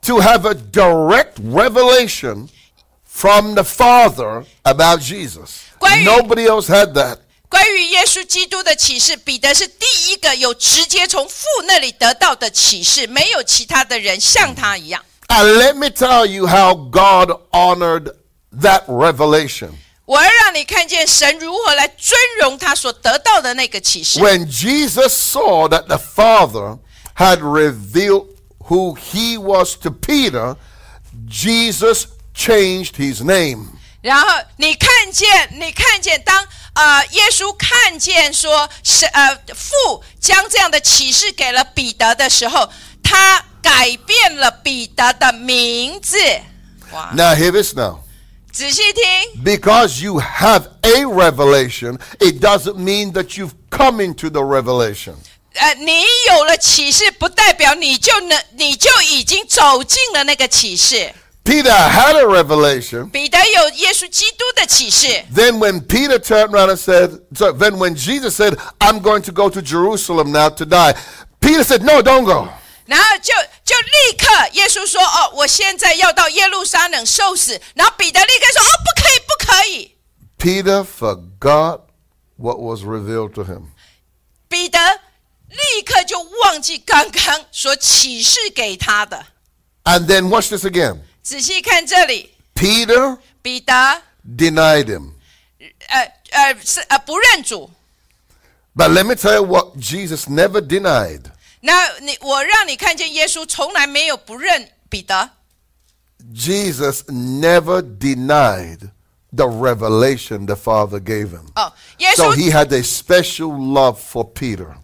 [SPEAKER 2] to have a direct revelation from the Father about Jesus.
[SPEAKER 1] Why-
[SPEAKER 2] Nobody else had that.
[SPEAKER 1] 关于耶稣基督的启示，彼得是第一个有直接从父那里得到的启示，没有其他的人像他一样。
[SPEAKER 2] And let me tell you how God honored that revelation.
[SPEAKER 1] 我要让你看见神如何来尊荣他所得到的那个启示。
[SPEAKER 2] When Jesus saw that the Father had revealed who he was to Peter, Jesus changed his name.
[SPEAKER 1] 然后你看见，你看见，当呃耶稣看见说是呃父将这样的启示给了彼得的时候，他改变了彼得的名字。哇，
[SPEAKER 2] Now, hear this now.
[SPEAKER 1] 仔细听，
[SPEAKER 2] Because you have a revelation, it doesn't mean that you've come into the revelation.
[SPEAKER 1] 呃，你有了启示，不代表你就能，你就已经走进了那个启示。
[SPEAKER 2] Peter had a revelation.
[SPEAKER 1] 彼得有耶稣基督的启示，
[SPEAKER 2] Then when Peter turned around and said, so then when Jesus said, I'm going to go to Jerusalem now to die, Peter said, No, don't go.
[SPEAKER 1] 然后就就立刻，耶稣说：“哦，我现在要到耶路撒冷受死。”然后彼得立刻说：“哦，不可以，不可以。
[SPEAKER 2] Peter forgot what was revealed to him. ”
[SPEAKER 1] 彼得立刻就忘记刚刚所启示给他的。
[SPEAKER 2] And then watch this again.
[SPEAKER 1] 仔细看这里，
[SPEAKER 2] Peter
[SPEAKER 1] 彼得，呃
[SPEAKER 2] denied him.
[SPEAKER 1] 呃是呃不认主。
[SPEAKER 2] But let me tell you what Jesus never denied.
[SPEAKER 1] 那你我让你看见耶稣从来没有不认彼得，
[SPEAKER 2] Jesus never denied the revelation the Father gave him.
[SPEAKER 1] 哦，耶
[SPEAKER 2] So
[SPEAKER 1] 稣
[SPEAKER 2] he had a special love for Peter.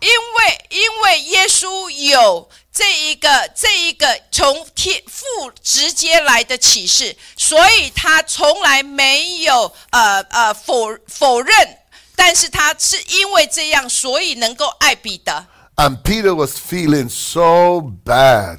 [SPEAKER 1] 因为因为耶稣有这一个这一个从天父直接来的启示，所以他从来没有呃呃否否认，但是他是因为这样，所以能够爱彼得。
[SPEAKER 2] And Peter was feeling so bad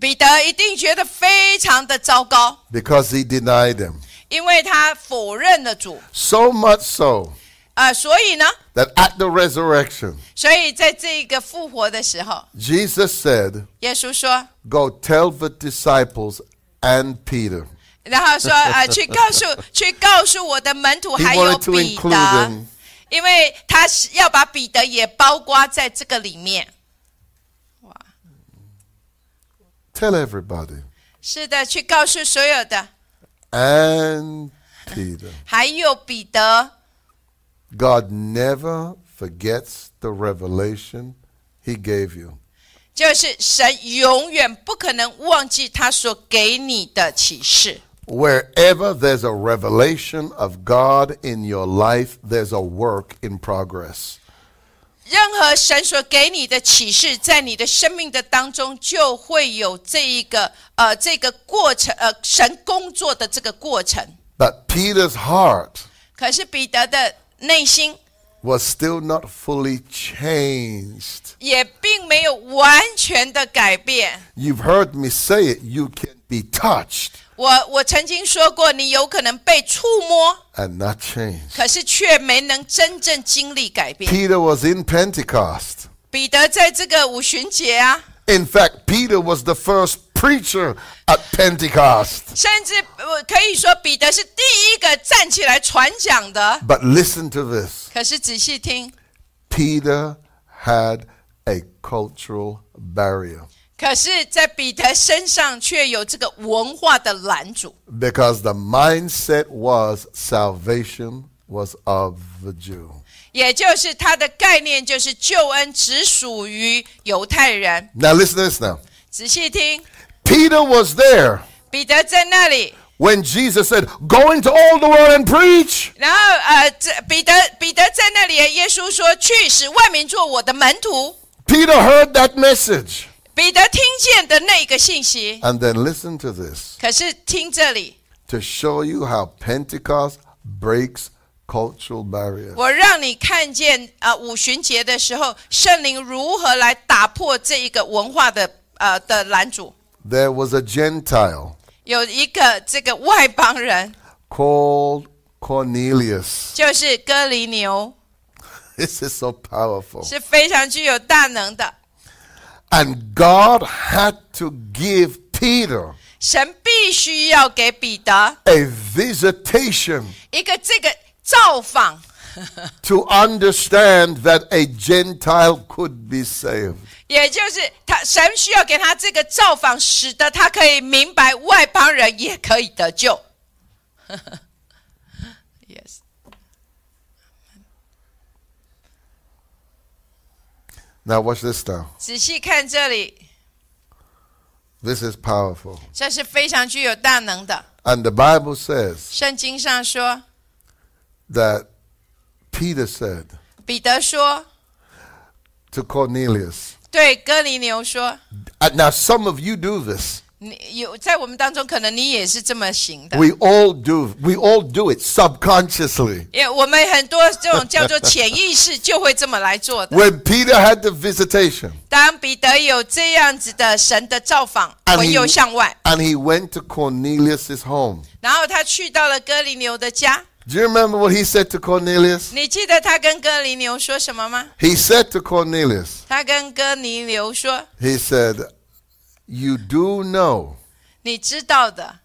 [SPEAKER 1] 彼得一定觉得非常的糟糕，
[SPEAKER 2] because he denied him.
[SPEAKER 1] 因为他否认了主，
[SPEAKER 2] So much so
[SPEAKER 1] 呃，所以呢，
[SPEAKER 2] that at the resurrection,
[SPEAKER 1] 所以在这个复活的时候，
[SPEAKER 2] Jesus said,
[SPEAKER 1] 耶稣说，
[SPEAKER 2] Go tell the disciples and Peter.
[SPEAKER 1] 然后说啊、呃，去告诉去告诉我的门徒
[SPEAKER 2] He
[SPEAKER 1] 还有
[SPEAKER 2] wanted to
[SPEAKER 1] 彼
[SPEAKER 2] include
[SPEAKER 1] 得
[SPEAKER 2] them.，
[SPEAKER 1] 因为他是要把彼得也包括在这个里面。
[SPEAKER 2] Tell everybody.
[SPEAKER 1] 是的，去告诉所有的，
[SPEAKER 2] And Peter.
[SPEAKER 1] 还有彼得。
[SPEAKER 2] God never forgets the revelation he gave you.
[SPEAKER 1] 就是神永远不可能忘记他所给你的启示。
[SPEAKER 2] Wherever there's a revelation of God in your life, there's a work in progress.
[SPEAKER 1] 任何神所给你的启示，在你的生命的当中，就会有这一个呃这个过程呃神工作的这个过程。
[SPEAKER 2] But Peter's heart
[SPEAKER 1] 可是彼得的内心
[SPEAKER 2] was still not fully changed.
[SPEAKER 1] 也并没有完全的改变。
[SPEAKER 2] You've heard me say it, you can be touched
[SPEAKER 1] 我我曾经说过，你有可能被触摸，
[SPEAKER 2] and not changed.
[SPEAKER 1] 可是却没能真正经历改变。
[SPEAKER 2] Peter was in Pentecost.
[SPEAKER 1] 彼得在这个五旬节啊，
[SPEAKER 2] In fact, Peter was the first preacher at Pentecost.
[SPEAKER 1] 甚至我可以说，彼得是第一个站起来传讲的。
[SPEAKER 2] But listen to this
[SPEAKER 1] 可是仔细听，
[SPEAKER 2] Peter had a cultural barrier
[SPEAKER 1] 可是，在彼得身上却有这个文化的拦阻，
[SPEAKER 2] because the mindset was salvation was of the Jew.
[SPEAKER 1] 也就是他的概念就是救恩只属于犹太人。
[SPEAKER 2] Now, listen to this now.
[SPEAKER 1] 仔细听，
[SPEAKER 2] Peter was there
[SPEAKER 1] 彼得在那里。
[SPEAKER 2] when Jesus said, Go into all the world and preach.
[SPEAKER 1] 然后呃，这彼得彼得在那里，耶稣说：“去使万民做我的门徒。
[SPEAKER 2] Peter heard that message. ”
[SPEAKER 1] 彼得听见的那个信息，
[SPEAKER 2] And then listen to this
[SPEAKER 1] 可是听这里，
[SPEAKER 2] to show you how Pentecost breaks cultural barriers.
[SPEAKER 1] 我让你看见啊、呃五旬节的时候，圣灵如何来打破这一个文化的呃的拦阻。
[SPEAKER 2] There was a Gentile
[SPEAKER 1] 有一个这个外邦人，
[SPEAKER 2] called Cornelius. (laughs)
[SPEAKER 1] 就是哥尼牛，
[SPEAKER 2] This is so powerful.
[SPEAKER 1] 是非常具有大能的。
[SPEAKER 2] And God had to give Peter
[SPEAKER 1] 神必须要给彼得
[SPEAKER 2] a visitation
[SPEAKER 1] 一个这个造访，
[SPEAKER 2] to understand that a Gentile could be saved.
[SPEAKER 1] 也就是他神需要给他这个造访，使得他可以明白外邦人也可以得救。yes，
[SPEAKER 2] Now, watch this now.
[SPEAKER 1] 仔细看这里，
[SPEAKER 2] This is powerful.
[SPEAKER 1] 这是非常具有大能的。
[SPEAKER 2] And the Bible says
[SPEAKER 1] 圣经上说，
[SPEAKER 2] that Peter said
[SPEAKER 1] 彼得说
[SPEAKER 2] to Cornelius,
[SPEAKER 1] 对哥尼流说，
[SPEAKER 2] and now some of you do this.
[SPEAKER 1] 你有在我们当中，可能你也是这么行的。
[SPEAKER 2] We all do. We all do it subconsciously.
[SPEAKER 1] 也我们很多这种叫做潜意识就会这么来做的。
[SPEAKER 2] When Peter had the visitation
[SPEAKER 1] 当彼得有这样子的神的造访，
[SPEAKER 2] and
[SPEAKER 1] 魂
[SPEAKER 2] he,
[SPEAKER 1] 游向外，
[SPEAKER 2] and he went to Cornelius's home.
[SPEAKER 1] 然后他去到了哥林牛的家。
[SPEAKER 2] Do you remember what he said to Cornelius?
[SPEAKER 1] 你记得他跟哥林牛说什么吗？
[SPEAKER 2] He said to Cornelius,
[SPEAKER 1] 他跟哥尼流说
[SPEAKER 2] he said, You do know：“
[SPEAKER 1] 你知道的，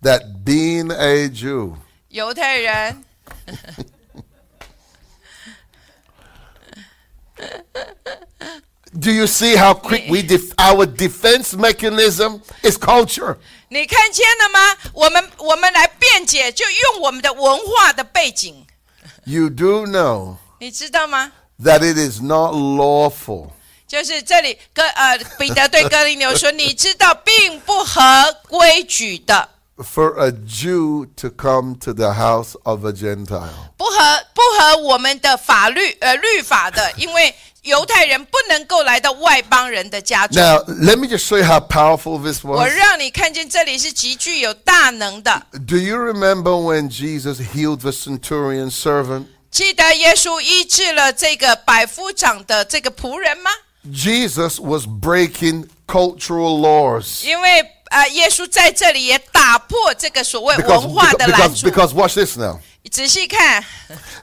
[SPEAKER 2] that being a Jew,
[SPEAKER 1] 犹太人
[SPEAKER 2] do you see how quick we def- our defense mechanism is culture?
[SPEAKER 1] 你看见了吗？我们我们来辩解，就用我们的文化的背景，
[SPEAKER 2] You do know
[SPEAKER 1] 你知道吗？
[SPEAKER 2] that it is not lawful
[SPEAKER 1] 就是这里哥呃，彼得对哥林牛说：你知道，并不合规矩的，
[SPEAKER 2] for a Jew to come to the house of a Gentile.
[SPEAKER 1] 不合不合我们的法律呃律法的，因为犹太人不能够来到外邦人的家中。
[SPEAKER 2] Now, let me just show you how powerful this
[SPEAKER 1] 我
[SPEAKER 2] was.
[SPEAKER 1] 让你看见这里是极具有大能的。
[SPEAKER 2] Do you remember when Jesus healed the centurion's servant?
[SPEAKER 1] 记得耶稣医治了这个百夫长的这个仆人吗？
[SPEAKER 2] Jesus was breaking cultural laws.
[SPEAKER 1] 因为呃，耶稣在这里也打破这个所谓
[SPEAKER 2] Because,
[SPEAKER 1] 文化的拦
[SPEAKER 2] because,
[SPEAKER 1] 阻。
[SPEAKER 2] because watch this now.
[SPEAKER 1] 仔细看，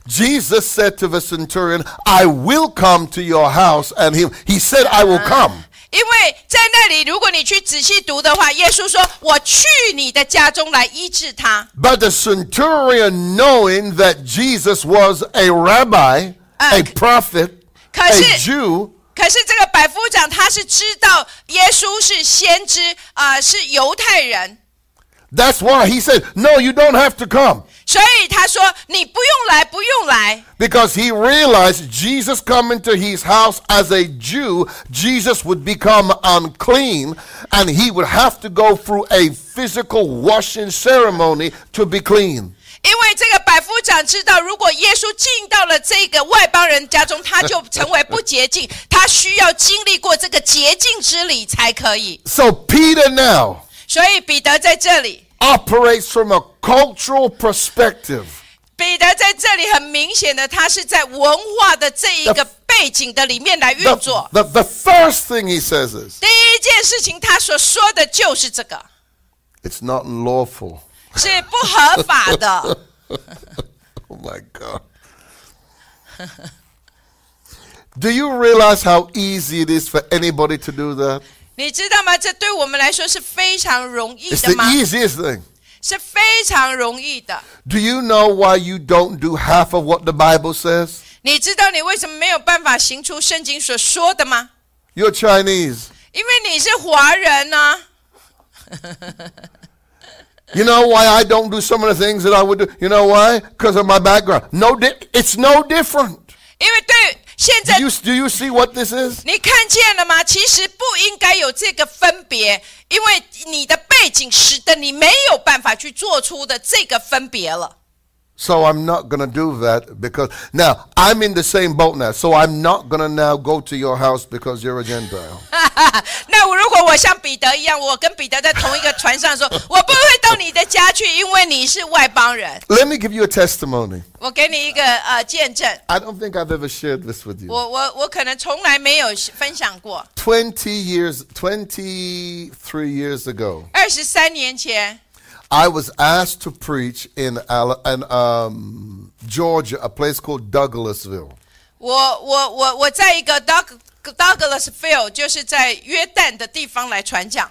[SPEAKER 2] Jesus said to the centurion, I will come to your house. And he, he said, I will come.
[SPEAKER 1] 因为在那里，如果你去仔细读的话，耶稣说：“我去你的家中来医治他。
[SPEAKER 2] But the centurion, knowing that Jesus was a rabbi, a
[SPEAKER 1] Uh,
[SPEAKER 2] prophet,
[SPEAKER 1] cause
[SPEAKER 2] a
[SPEAKER 1] it-
[SPEAKER 2] Jew, ”
[SPEAKER 1] 可是这个百夫长他是知道耶稣是先知啊、呃是犹太人，
[SPEAKER 2] that's why he said, No, you don't have to come.
[SPEAKER 1] 所以他说：“你不用来，不用来。”
[SPEAKER 2] Because he realized Jesus coming to his house as a Jew, Jesus would become unclean and he would have to go through a physical washing ceremony to be clean.
[SPEAKER 1] 因为这个百夫长知道，如果耶稣进到了这个外邦人家中，他就成为不洁净，他需要经历过这个洁净之礼才可以。
[SPEAKER 2] So Peter now.
[SPEAKER 1] 所以彼得在这里，
[SPEAKER 2] operates from a cultural perspective.
[SPEAKER 1] 彼得在这里很明显的，他是在文化的这一个背景的里面来运
[SPEAKER 2] The,
[SPEAKER 1] 作。
[SPEAKER 2] the, the first thing he says is,
[SPEAKER 1] 第一件事情，他所说的就是这个，
[SPEAKER 2] it's not lawful.
[SPEAKER 1] 是不合法的。
[SPEAKER 2] Oh my God. (laughs) Do you realize how easy it is for anybody to do that?
[SPEAKER 1] 你知道吗？这对我们来说是非常容易
[SPEAKER 2] It's
[SPEAKER 1] 的
[SPEAKER 2] the
[SPEAKER 1] 吗？
[SPEAKER 2] easiest thing.
[SPEAKER 1] 是非常容易的。
[SPEAKER 2] Do you know why you don't do half of what the Bible says?
[SPEAKER 1] 你知道你为什么没有办法行出圣经所说的吗？
[SPEAKER 2] You're Chinese.
[SPEAKER 1] 因为你是华人啊，
[SPEAKER 2] You know why I don't do some of the things that I would do? You know why? Because of my background. No, di- it's no different.
[SPEAKER 1] 因为对现在
[SPEAKER 2] Do you, do you see what this is?
[SPEAKER 1] 你看见了吗？其实不应该有这个分别，因为你的背景使得你没有办法去做出的这个分别了。 (laughs)
[SPEAKER 2] So I'm not going to do that because now I'm in the same boat now. So I'm not going to now go to your house because you're a Gentile.
[SPEAKER 1] 哈哈，那我如果我像彼得一样，我跟彼得在同一个船上说，我不会到你的家去，因为你是外邦人。
[SPEAKER 2] Let me give you a testimony.
[SPEAKER 1] 我给你一个呃见证，
[SPEAKER 2] I don't think I've ever shared this with you.
[SPEAKER 1] 我我我可能从来没有分享过。
[SPEAKER 2] 20 years, 23 years ago,
[SPEAKER 1] 二十三年前，
[SPEAKER 2] I was asked to preach in, Ala- in um, Georgia, a place called Douglasville.
[SPEAKER 1] 我我我我在一个 Doug Douglasville，就是在约旦的地方来传讲。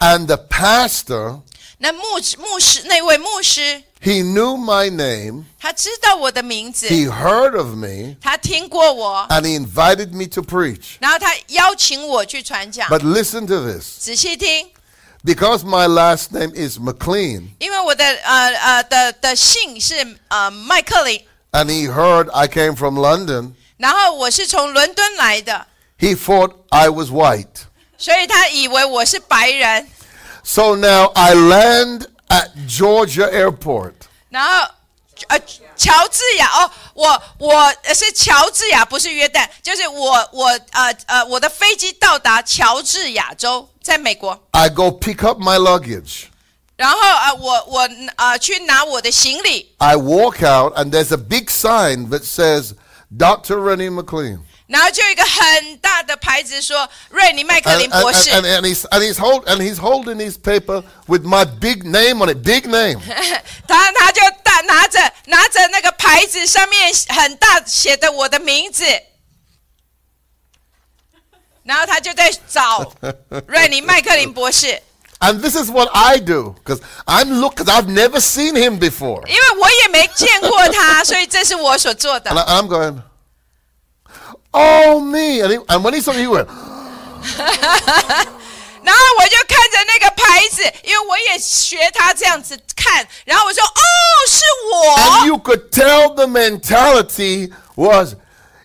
[SPEAKER 2] And the pastor,
[SPEAKER 1] 那牧牧师那位牧师，
[SPEAKER 2] he knew my name,
[SPEAKER 1] 他知道我的名字，
[SPEAKER 2] he heard of me,
[SPEAKER 1] 他听过我，
[SPEAKER 2] and he invited me to preach.
[SPEAKER 1] 然后他邀请我去传讲。
[SPEAKER 2] But listen to this.
[SPEAKER 1] 仔细听，
[SPEAKER 2] Because my last name is McLean,
[SPEAKER 1] 因为我的呃呃的的姓是呃麦克林，
[SPEAKER 2] and he heard I came from London,
[SPEAKER 1] 然后我是从伦敦来的，
[SPEAKER 2] he thought I was white.
[SPEAKER 1] 所以他以为我是白人。
[SPEAKER 2] So now I land at Georgia Airport.
[SPEAKER 1] 然后，呃，乔治亚哦，我我呃是乔治亚，不是约旦，就是我我呃呃我的飞机到达乔治亚州，在美国，
[SPEAKER 2] I go pick up my luggage.
[SPEAKER 1] 然后啊、呃、我我呃去拿我的行李，
[SPEAKER 2] I walk out, and there's a big sign that says Dr. Rennie McLean.
[SPEAKER 1] 然后就有一个很大的牌子说瑞尼麦克
[SPEAKER 2] And,
[SPEAKER 1] 林
[SPEAKER 2] and,
[SPEAKER 1] 博
[SPEAKER 2] and,
[SPEAKER 1] 士，
[SPEAKER 2] and- and he's, and, he's hold, and he's holding his paper with my big name on it. Big name.
[SPEAKER 1] 他他就大拿着拿着那个牌子上面很大写的我的名字，然后他就在找瑞尼麦克林博士。
[SPEAKER 2] And this is what I do because I'm look because I've never seen him before.
[SPEAKER 1] 因为我也没见过他，所以这是我所做的
[SPEAKER 2] And。I, am going, oh me! And, he, and when he saw me, he went,
[SPEAKER 1] 然后我就看着那个牌子，因为我也学他这样子看，然后我说：“哦，是
[SPEAKER 2] and
[SPEAKER 1] 我。
[SPEAKER 2] you could tell the mentality was,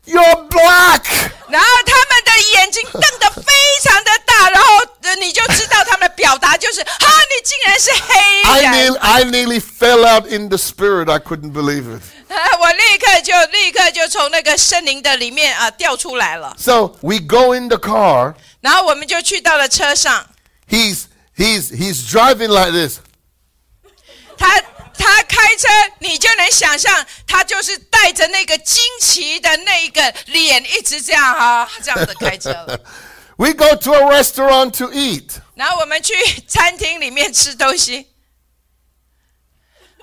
[SPEAKER 2] you're black. ”
[SPEAKER 1] 然后他们的眼睛瞪得非常的大，然后呃你就知道他们的表达就是：“啊，你竟然是黑
[SPEAKER 2] I,
[SPEAKER 1] 人
[SPEAKER 2] nearly, I nearly fell out in the spirit. I couldn't believe it.！”
[SPEAKER 1] 啊 (laughs) 我立刻就立刻就从那个森林的里面啊掉出来了。
[SPEAKER 2] So we go in the car.
[SPEAKER 1] 然后我们就去到了车上，
[SPEAKER 2] He's he's he's driving like this.
[SPEAKER 1] 他他开车，你就能想象，他就是带着那个惊奇的那个脸，一直这样哈、这样子开车了。
[SPEAKER 2] We go to a restaurant to eat.
[SPEAKER 1] 然后我们去餐厅里面吃东西， (laughs)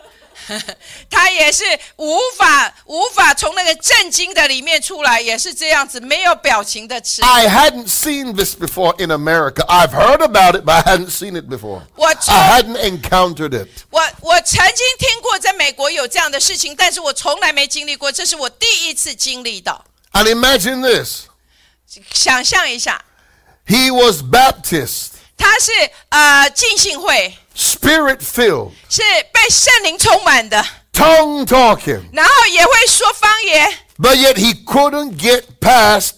[SPEAKER 1] 他也是无法无法从那个震惊的里面出来，也是这样子没有表情的吃。
[SPEAKER 2] I hadn't seen this before in America. I've heard about it, but I hadn't seen it before.
[SPEAKER 1] What's
[SPEAKER 2] I
[SPEAKER 1] up?
[SPEAKER 2] hadn't encountered it.
[SPEAKER 1] 我我曾经听过在美国有这样的事情，但是我从来没经历过，这是我第一次经历到。
[SPEAKER 2] And imagine this.
[SPEAKER 1] 想象一下，
[SPEAKER 2] He was Baptist,
[SPEAKER 1] 他是呃浸信会，
[SPEAKER 2] spirit filled,
[SPEAKER 1] 是被圣灵充满的，
[SPEAKER 2] tongue talking,
[SPEAKER 1] 然后也会说方言，
[SPEAKER 2] but yet he couldn't get past.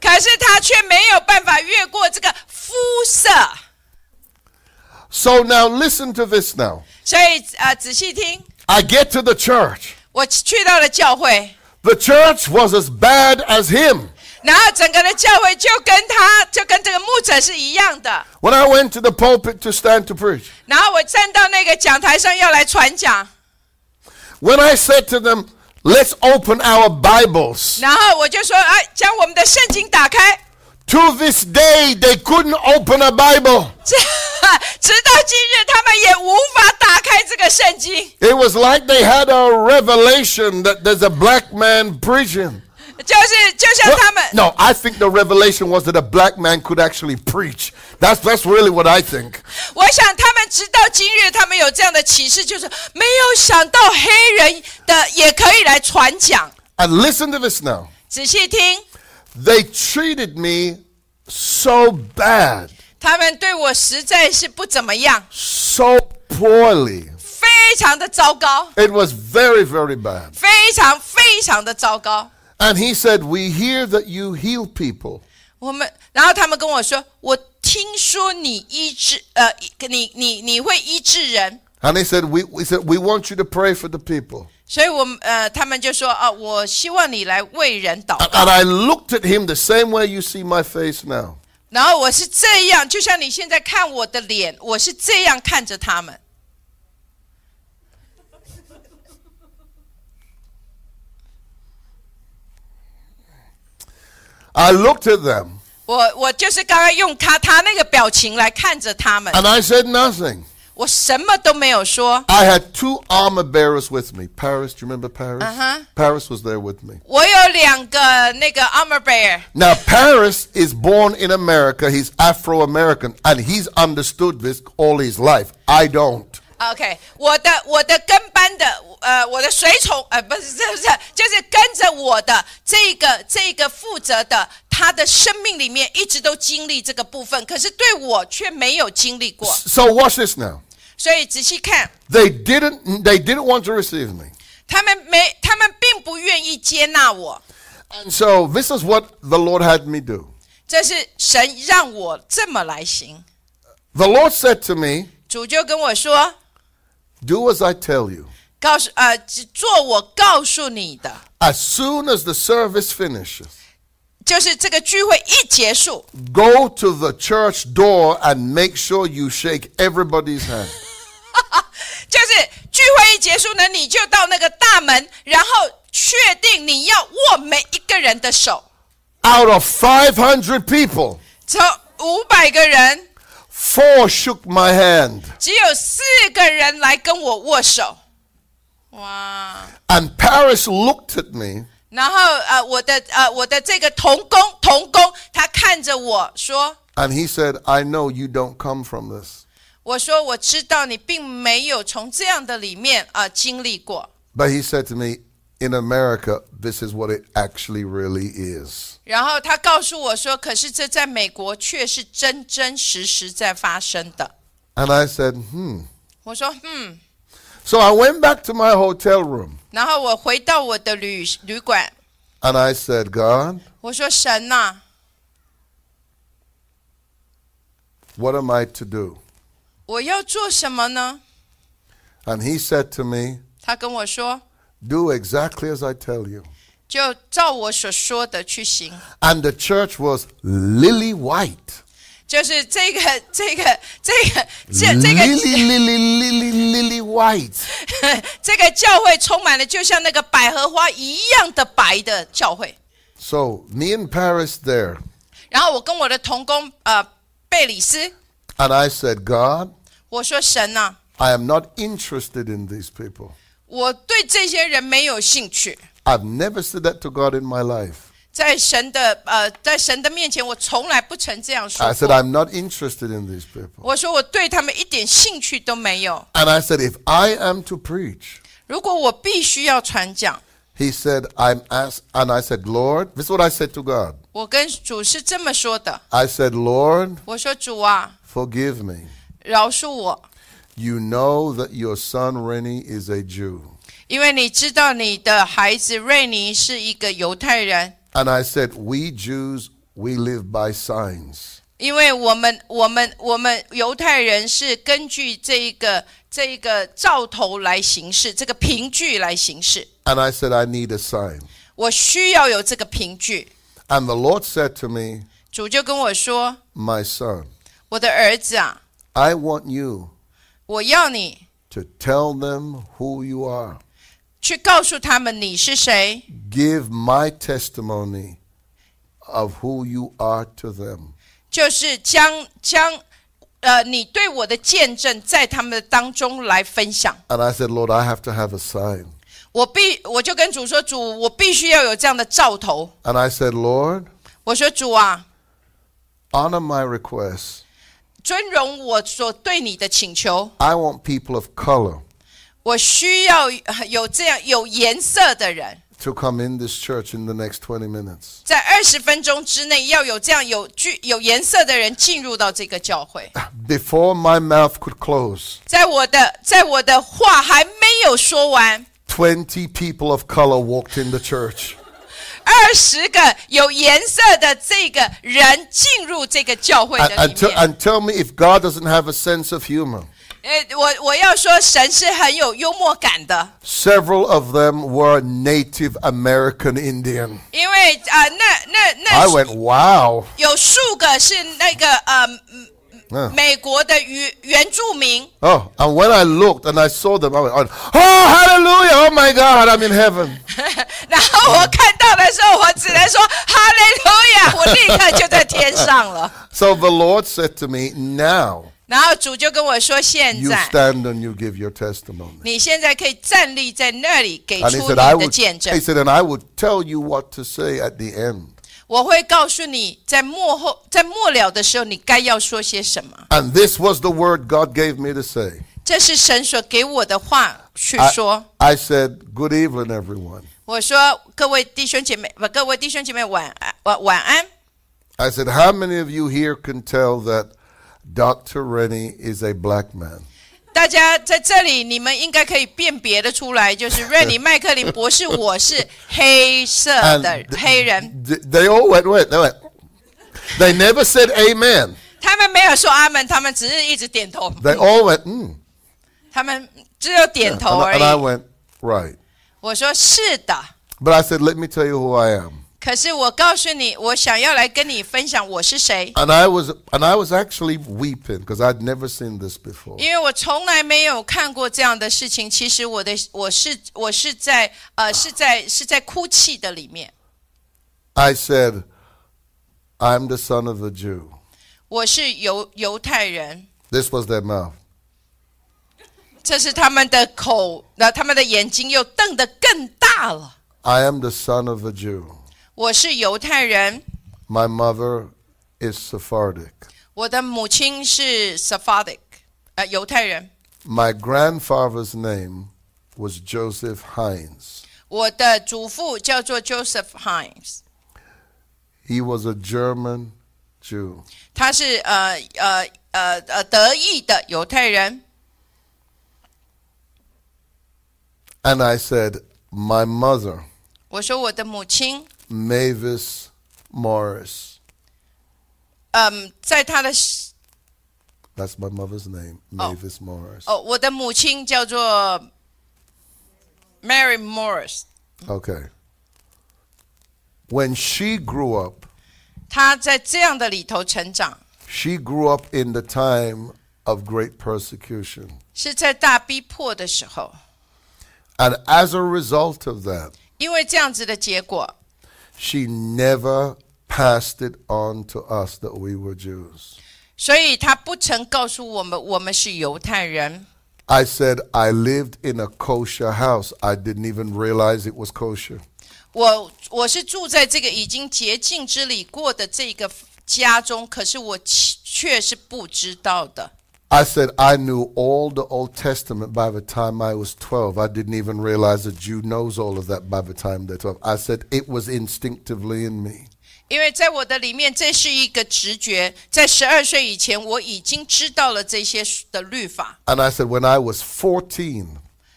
[SPEAKER 1] 可是他却没有办法越过这个肤色。
[SPEAKER 2] So now listen to this now.
[SPEAKER 1] 所以呃，仔细听，
[SPEAKER 2] I get to the church.
[SPEAKER 1] 我去到了教会，
[SPEAKER 2] The church was as bad as him.
[SPEAKER 1] 然后整个的教会就跟他就跟这个牧者是一样的。
[SPEAKER 2] When I went to the pulpit to stand to preach,
[SPEAKER 1] 然后我站到那个讲台上要来传讲，
[SPEAKER 2] when I said to them, let's open our Bibles,
[SPEAKER 1] 然后我就说：“哎、将我们的圣经打开。 (laughs)
[SPEAKER 2] to this day they couldn't open a Bible. ”
[SPEAKER 1] 这直到今日，他们也无法打开这个圣经。
[SPEAKER 2] It was like they had a revelation that there's a black man preaching.
[SPEAKER 1] 就是就像
[SPEAKER 2] Well,
[SPEAKER 1] 他们，
[SPEAKER 2] no, I think the revelation was that a black man could actually preach. That's, that's really what I think.
[SPEAKER 1] 我想他们直到今日，他们有这样的启示，就是没有想到黑人的也可以来传讲。
[SPEAKER 2] And listen to this now.
[SPEAKER 1] 仔细听，
[SPEAKER 2] They treated me so bad,
[SPEAKER 1] 他们对我实在是不怎么样，
[SPEAKER 2] so poorly.
[SPEAKER 1] 非常的糟糕，
[SPEAKER 2] It was very, very bad.
[SPEAKER 1] 非常非常的糟糕。
[SPEAKER 2] And he said, We hear that you heal people.
[SPEAKER 1] 我们，然后他们跟我说，我听说你医治，呃，你你你会医治人，
[SPEAKER 2] And they said, We, we, said, we want you to pray for the people.
[SPEAKER 1] 所以我们呃，他们就说啊，我希望你来为人祷告
[SPEAKER 2] And, and I looked at him the same way you see my face now.
[SPEAKER 1] 然后我是这样，就像你现在看我的脸，我是这样看着他们。
[SPEAKER 2] I looked at them
[SPEAKER 1] 我我就是刚刚用他他那个表情来看着他们，
[SPEAKER 2] 呃 and I said nothing.
[SPEAKER 1] 我什么都没有说。
[SPEAKER 2] I had two armor bearers with me. Paris, do you remember Paris?
[SPEAKER 1] Uh-huh.
[SPEAKER 2] Paris was there with me.
[SPEAKER 1] 我有两个那个 armor bearer，
[SPEAKER 2] Now, Paris is born in America. He's Afro American, and he's understood this all his life. I don't.
[SPEAKER 1] OK，我的我的跟班的呃，我的随从呃，不是是不是，就是跟着我的这个这个负责的，他的生命里面一直都经历这个部分，可是对我却没有经历过。
[SPEAKER 2] So watch this now.
[SPEAKER 1] 所以仔细看，
[SPEAKER 2] They didn't. They didn't want to receive me.
[SPEAKER 1] 他们没，他们并不愿意接纳我。
[SPEAKER 2] And so this is what the Lord had me do.
[SPEAKER 1] 这是神让我这么来行。
[SPEAKER 2] The Lord said to me,
[SPEAKER 1] 主就跟我说，
[SPEAKER 2] "Do as I tell you."
[SPEAKER 1] 告诉呃，只做我告诉你的，
[SPEAKER 2] As soon as the service finishes,
[SPEAKER 1] 就是这个聚会一结束，
[SPEAKER 2] go to the church door and make sure you shake everybody's hand.
[SPEAKER 1] 就是聚会一结束呢，你就到那个大门，然后确定你要握每一个人的手。
[SPEAKER 2] Out of 500 people,
[SPEAKER 1] 从五百个人，
[SPEAKER 2] four shook my hand.
[SPEAKER 1] 只有四个人来跟我握手。哇！
[SPEAKER 2] And Paris looked at me
[SPEAKER 1] 然后呃，我的呃，我的这个童工童工，他看着我说
[SPEAKER 2] and he said, I know you don't come from this,：“
[SPEAKER 1] 我说我知道你并没有从这样的里面啊、呃经历过。
[SPEAKER 2] but he said to me, In America, this is what it actually really is. ”
[SPEAKER 1] 然后他告诉我说：“可是这在美国却是真真实实在发生的。
[SPEAKER 2] And I said, Hmm. ”
[SPEAKER 1] 我说：“嗯。”
[SPEAKER 2] So I went back to my hotel room
[SPEAKER 1] 然后我回到我的旅旅馆，
[SPEAKER 2] and I said, God,
[SPEAKER 1] 我说神啊呐、
[SPEAKER 2] what am I to do?
[SPEAKER 1] 我要做什么呢？
[SPEAKER 2] And he said to me,
[SPEAKER 1] 他跟我说，
[SPEAKER 2] Do exactly as I tell you.
[SPEAKER 1] 就照我所说的去行。
[SPEAKER 2] And the church was lily white.
[SPEAKER 1] 就是这个这个这个这
[SPEAKER 2] Lily,
[SPEAKER 1] 这个
[SPEAKER 2] lily, lily, lily white.
[SPEAKER 1] (laughs) 这个教会充满了就像那个百合花一样的白的教会。
[SPEAKER 2] So me and Paris there.
[SPEAKER 1] 然后我跟我的同工呃贝里斯，
[SPEAKER 2] And I said, God,
[SPEAKER 1] 我说神啊呐、
[SPEAKER 2] I am not interested in these people.
[SPEAKER 1] 我对这些人没有兴趣。
[SPEAKER 2] I've never said that to God in my life.
[SPEAKER 1] 在神的呃，在神的面前，我从来不曾这样说
[SPEAKER 2] I
[SPEAKER 1] 过
[SPEAKER 2] said, I'm not interested in these people.
[SPEAKER 1] 我说我对他们一点兴趣都没有。
[SPEAKER 2] And I said, if I am to preach,
[SPEAKER 1] 如果我必须要传讲，
[SPEAKER 2] he said, I'm asked. And I said, Lord, this is what I said to God.
[SPEAKER 1] 我跟主是这么说的：
[SPEAKER 2] I said, Lord,
[SPEAKER 1] 我说主啊，
[SPEAKER 2] forgive me.
[SPEAKER 1] 饶恕我，
[SPEAKER 2] You know that your son Rennie is a Jew.
[SPEAKER 1] 因为你知道你的孩子瑞尼是一个犹太人，
[SPEAKER 2] And I said, We Jews, we live by signs.
[SPEAKER 1] 因为我们我们我们犹太人是根据这一个这一个兆头来行事，这个凭据来行事。
[SPEAKER 2] And I said, I need a sign.
[SPEAKER 1] 我需要有这个凭据。
[SPEAKER 2] And the Lord said to me,
[SPEAKER 1] 主就跟我说
[SPEAKER 2] My son,：“
[SPEAKER 1] 我的儿子啊，
[SPEAKER 2] I want you
[SPEAKER 1] 我要你
[SPEAKER 2] to tell them who you are.
[SPEAKER 1] 去告诉他们你是谁。”
[SPEAKER 2] Give my testimony of who you are to them.
[SPEAKER 1] 就是将将呃你对我的见证在他们的当中来分享。
[SPEAKER 2] And I said, Lord, I have to have a sign.
[SPEAKER 1] 我必我就跟主说，主，我必须要有这样的兆头。
[SPEAKER 2] And I said, Lord,
[SPEAKER 1] 我说主啊，
[SPEAKER 2] honor my request.
[SPEAKER 1] 尊荣我所对你的请求。
[SPEAKER 2] I want people of color
[SPEAKER 1] 我需要呃有这样有颜色的人，
[SPEAKER 2] to come in this church in the next 20 minutes.
[SPEAKER 1] 在二十分钟之内要有这样有具有颜色的人进入到这个教会。
[SPEAKER 2] Before my mouth could close,
[SPEAKER 1] 在我的在我的话还没有说完，
[SPEAKER 2] 20 people of color walked in the church.
[SPEAKER 1] 二十个有颜色的这个人进入这个教会
[SPEAKER 2] And,
[SPEAKER 1] 的里
[SPEAKER 2] and, te-
[SPEAKER 1] 面。
[SPEAKER 2] and tell me if God doesn't have a sense of humor.
[SPEAKER 1] 呃，我我要说，神是很有幽默感的，
[SPEAKER 2] Several of them were Native American Indian.
[SPEAKER 1] 因为啊、呃那那
[SPEAKER 2] I
[SPEAKER 1] 那
[SPEAKER 2] went, wow.
[SPEAKER 1] 有数个是那个呃嗯
[SPEAKER 2] Yeah.
[SPEAKER 1] 美国的原原住民，
[SPEAKER 2] Oh, and when I looked and I saw them, I went, oh, hallelujah. Oh my God, I'm in heaven.
[SPEAKER 1] 然后我看到的时候，我只能说哈利路亚，我立刻就在天上了。
[SPEAKER 2] (laughs) So the Lord said to me, now
[SPEAKER 1] 然后主就跟我说：“现
[SPEAKER 2] You
[SPEAKER 1] 在
[SPEAKER 2] stand and you give your testimony.
[SPEAKER 1] 你现在可以站立在那里，给
[SPEAKER 2] And
[SPEAKER 1] 出
[SPEAKER 2] he
[SPEAKER 1] 你
[SPEAKER 2] said, I
[SPEAKER 1] 的
[SPEAKER 2] would, he
[SPEAKER 1] 见证。
[SPEAKER 2] said, and I would tell you what to say at the end.
[SPEAKER 1] 我会告诉你，在幕后，在末了的时候，你该要说些什么。
[SPEAKER 2] And this was the word God gave me to say.
[SPEAKER 1] 这是神所给我的话去
[SPEAKER 2] I-
[SPEAKER 1] 说。
[SPEAKER 2] I said, Good evening, everyone.
[SPEAKER 1] 我说：各位弟兄姐妹，不，各位弟兄姐妹晚安，晚晚安。
[SPEAKER 2] I said, How many of you here can tell that Dr. Rennie is a black man?
[SPEAKER 1] 大家在这里，你们应该可以辨别的出来，就是
[SPEAKER 2] (laughs)
[SPEAKER 1] 瑞尼麦克林博士，我是 (laughs) 黑色
[SPEAKER 2] And
[SPEAKER 1] 的
[SPEAKER 2] th-
[SPEAKER 1] 黑人。
[SPEAKER 2] th- they all went, wait, they went. They never said amen.
[SPEAKER 1] 他们没有说阿门，他们只是一直点头，
[SPEAKER 2] They all went, mm.
[SPEAKER 1] 他们只有点
[SPEAKER 2] And
[SPEAKER 1] 头
[SPEAKER 2] I-
[SPEAKER 1] 而
[SPEAKER 2] and I
[SPEAKER 1] 已。
[SPEAKER 2] went, Right.
[SPEAKER 1] 我说是的，
[SPEAKER 2] But I said, Let me tell you who I am.
[SPEAKER 1] 可是我告诉你，我想要来跟你分享我是谁，
[SPEAKER 2] And I was, and I was actually weeping because I'd never seen this before.
[SPEAKER 1] 因为我从来没有看过这样的事情。其实我的我是我是在呃是在是在哭泣的里面，
[SPEAKER 2] I said, I'm the son of a Jew.
[SPEAKER 1] 我是犹犹太人，
[SPEAKER 2] This was their mouth.
[SPEAKER 1] 这是他们的口，那他们的眼睛又瞪得更大了。
[SPEAKER 2] I am the son of a Jew.
[SPEAKER 1] 我是犹太人，
[SPEAKER 2] My mother is Sephardic.
[SPEAKER 1] 我的母亲是 Sephardic，呃，犹太人。
[SPEAKER 2] My grandfather's name was Joseph Hines.
[SPEAKER 1] 我的祖父叫做 Joseph Hines，
[SPEAKER 2] He was a German Jew.
[SPEAKER 1] 他是呃呃呃呃德裔的犹太人。
[SPEAKER 2] And I said, My mother,
[SPEAKER 1] 我说我的母亲，
[SPEAKER 2] Mavis Morris.
[SPEAKER 1] 嗯，在她的
[SPEAKER 2] That's my mother's name, Mavis Morris.
[SPEAKER 1] 哦，我的母亲叫做 Mary Morris，
[SPEAKER 2] Okay. When she grew up,
[SPEAKER 1] 她在这样的里头成长，
[SPEAKER 2] she grew up in the time of great persecution.
[SPEAKER 1] 是在大逼迫的时候。
[SPEAKER 2] And as a result of that,
[SPEAKER 1] 因为这样子的结果，
[SPEAKER 2] she never passed it on to us that we were Jews.
[SPEAKER 1] 所以他不曾告诉我们我们是犹太人。
[SPEAKER 2] I said I lived in a kosher house. I didn't even realize it was kosher.
[SPEAKER 1] 我我是住在这个已经洁净之里过的这个家中，可是我其却是不知道的。
[SPEAKER 2] I said I knew all the Old Testament by the time I was 12. I didn't even realize a Jew knows all of that by the time they're 12. I said it was instinctively in me.
[SPEAKER 1] 因为在我的里面，这是一个直觉。在十二岁以前，我已经知道了这些的律法。
[SPEAKER 2] And I said when I was 14,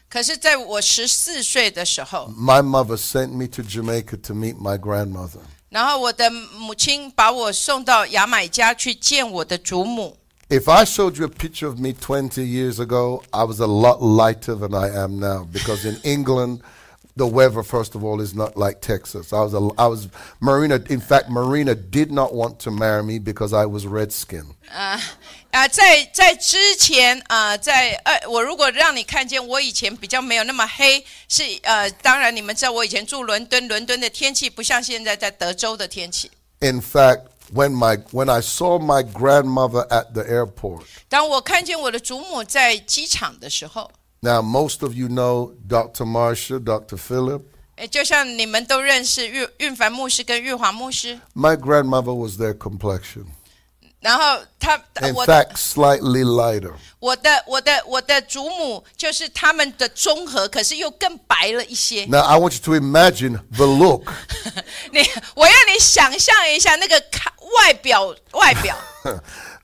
[SPEAKER 1] 可是，在我十四岁的时候，
[SPEAKER 2] my mother sent me to Jamaica to meet my grandmother.
[SPEAKER 1] 然后我的母亲把我送到牙买加去见我的祖母。
[SPEAKER 2] If I showed you a picture of me 20 years ago, I was a lot lighter than I am now because in England, the weather, first of all, is not like Texas. I was, a, I was, Marina, in fact, Marina did not want to marry me because I was red skin.
[SPEAKER 1] 啊啊，在在之前啊、在呃，我如果让你看见我以前比较没有那么黑，是呃，当然你们知道我以前住伦敦，伦敦的天气不像现在在德州的天气。
[SPEAKER 2] In fact, when, my, when I saw my grandmother at the airport,
[SPEAKER 1] 当我看见我的祖母在机场的时候，
[SPEAKER 2] now most of you know Dr. Marcia, Dr. Philip.
[SPEAKER 1] 诶，就像你们都认识玉运凡牧师跟玉华牧师，
[SPEAKER 2] My grandmother was their complexion.
[SPEAKER 1] 然后他
[SPEAKER 2] In
[SPEAKER 1] 我的
[SPEAKER 2] fact, slightly lighter.
[SPEAKER 1] 我的我的我的祖母就是他们的综合，可是又更白了一些。
[SPEAKER 2] Now, I want you to imagine the look. (laughs)
[SPEAKER 1] 你我要你想象一下那个看外
[SPEAKER 2] (laughs)
[SPEAKER 1] 表外表。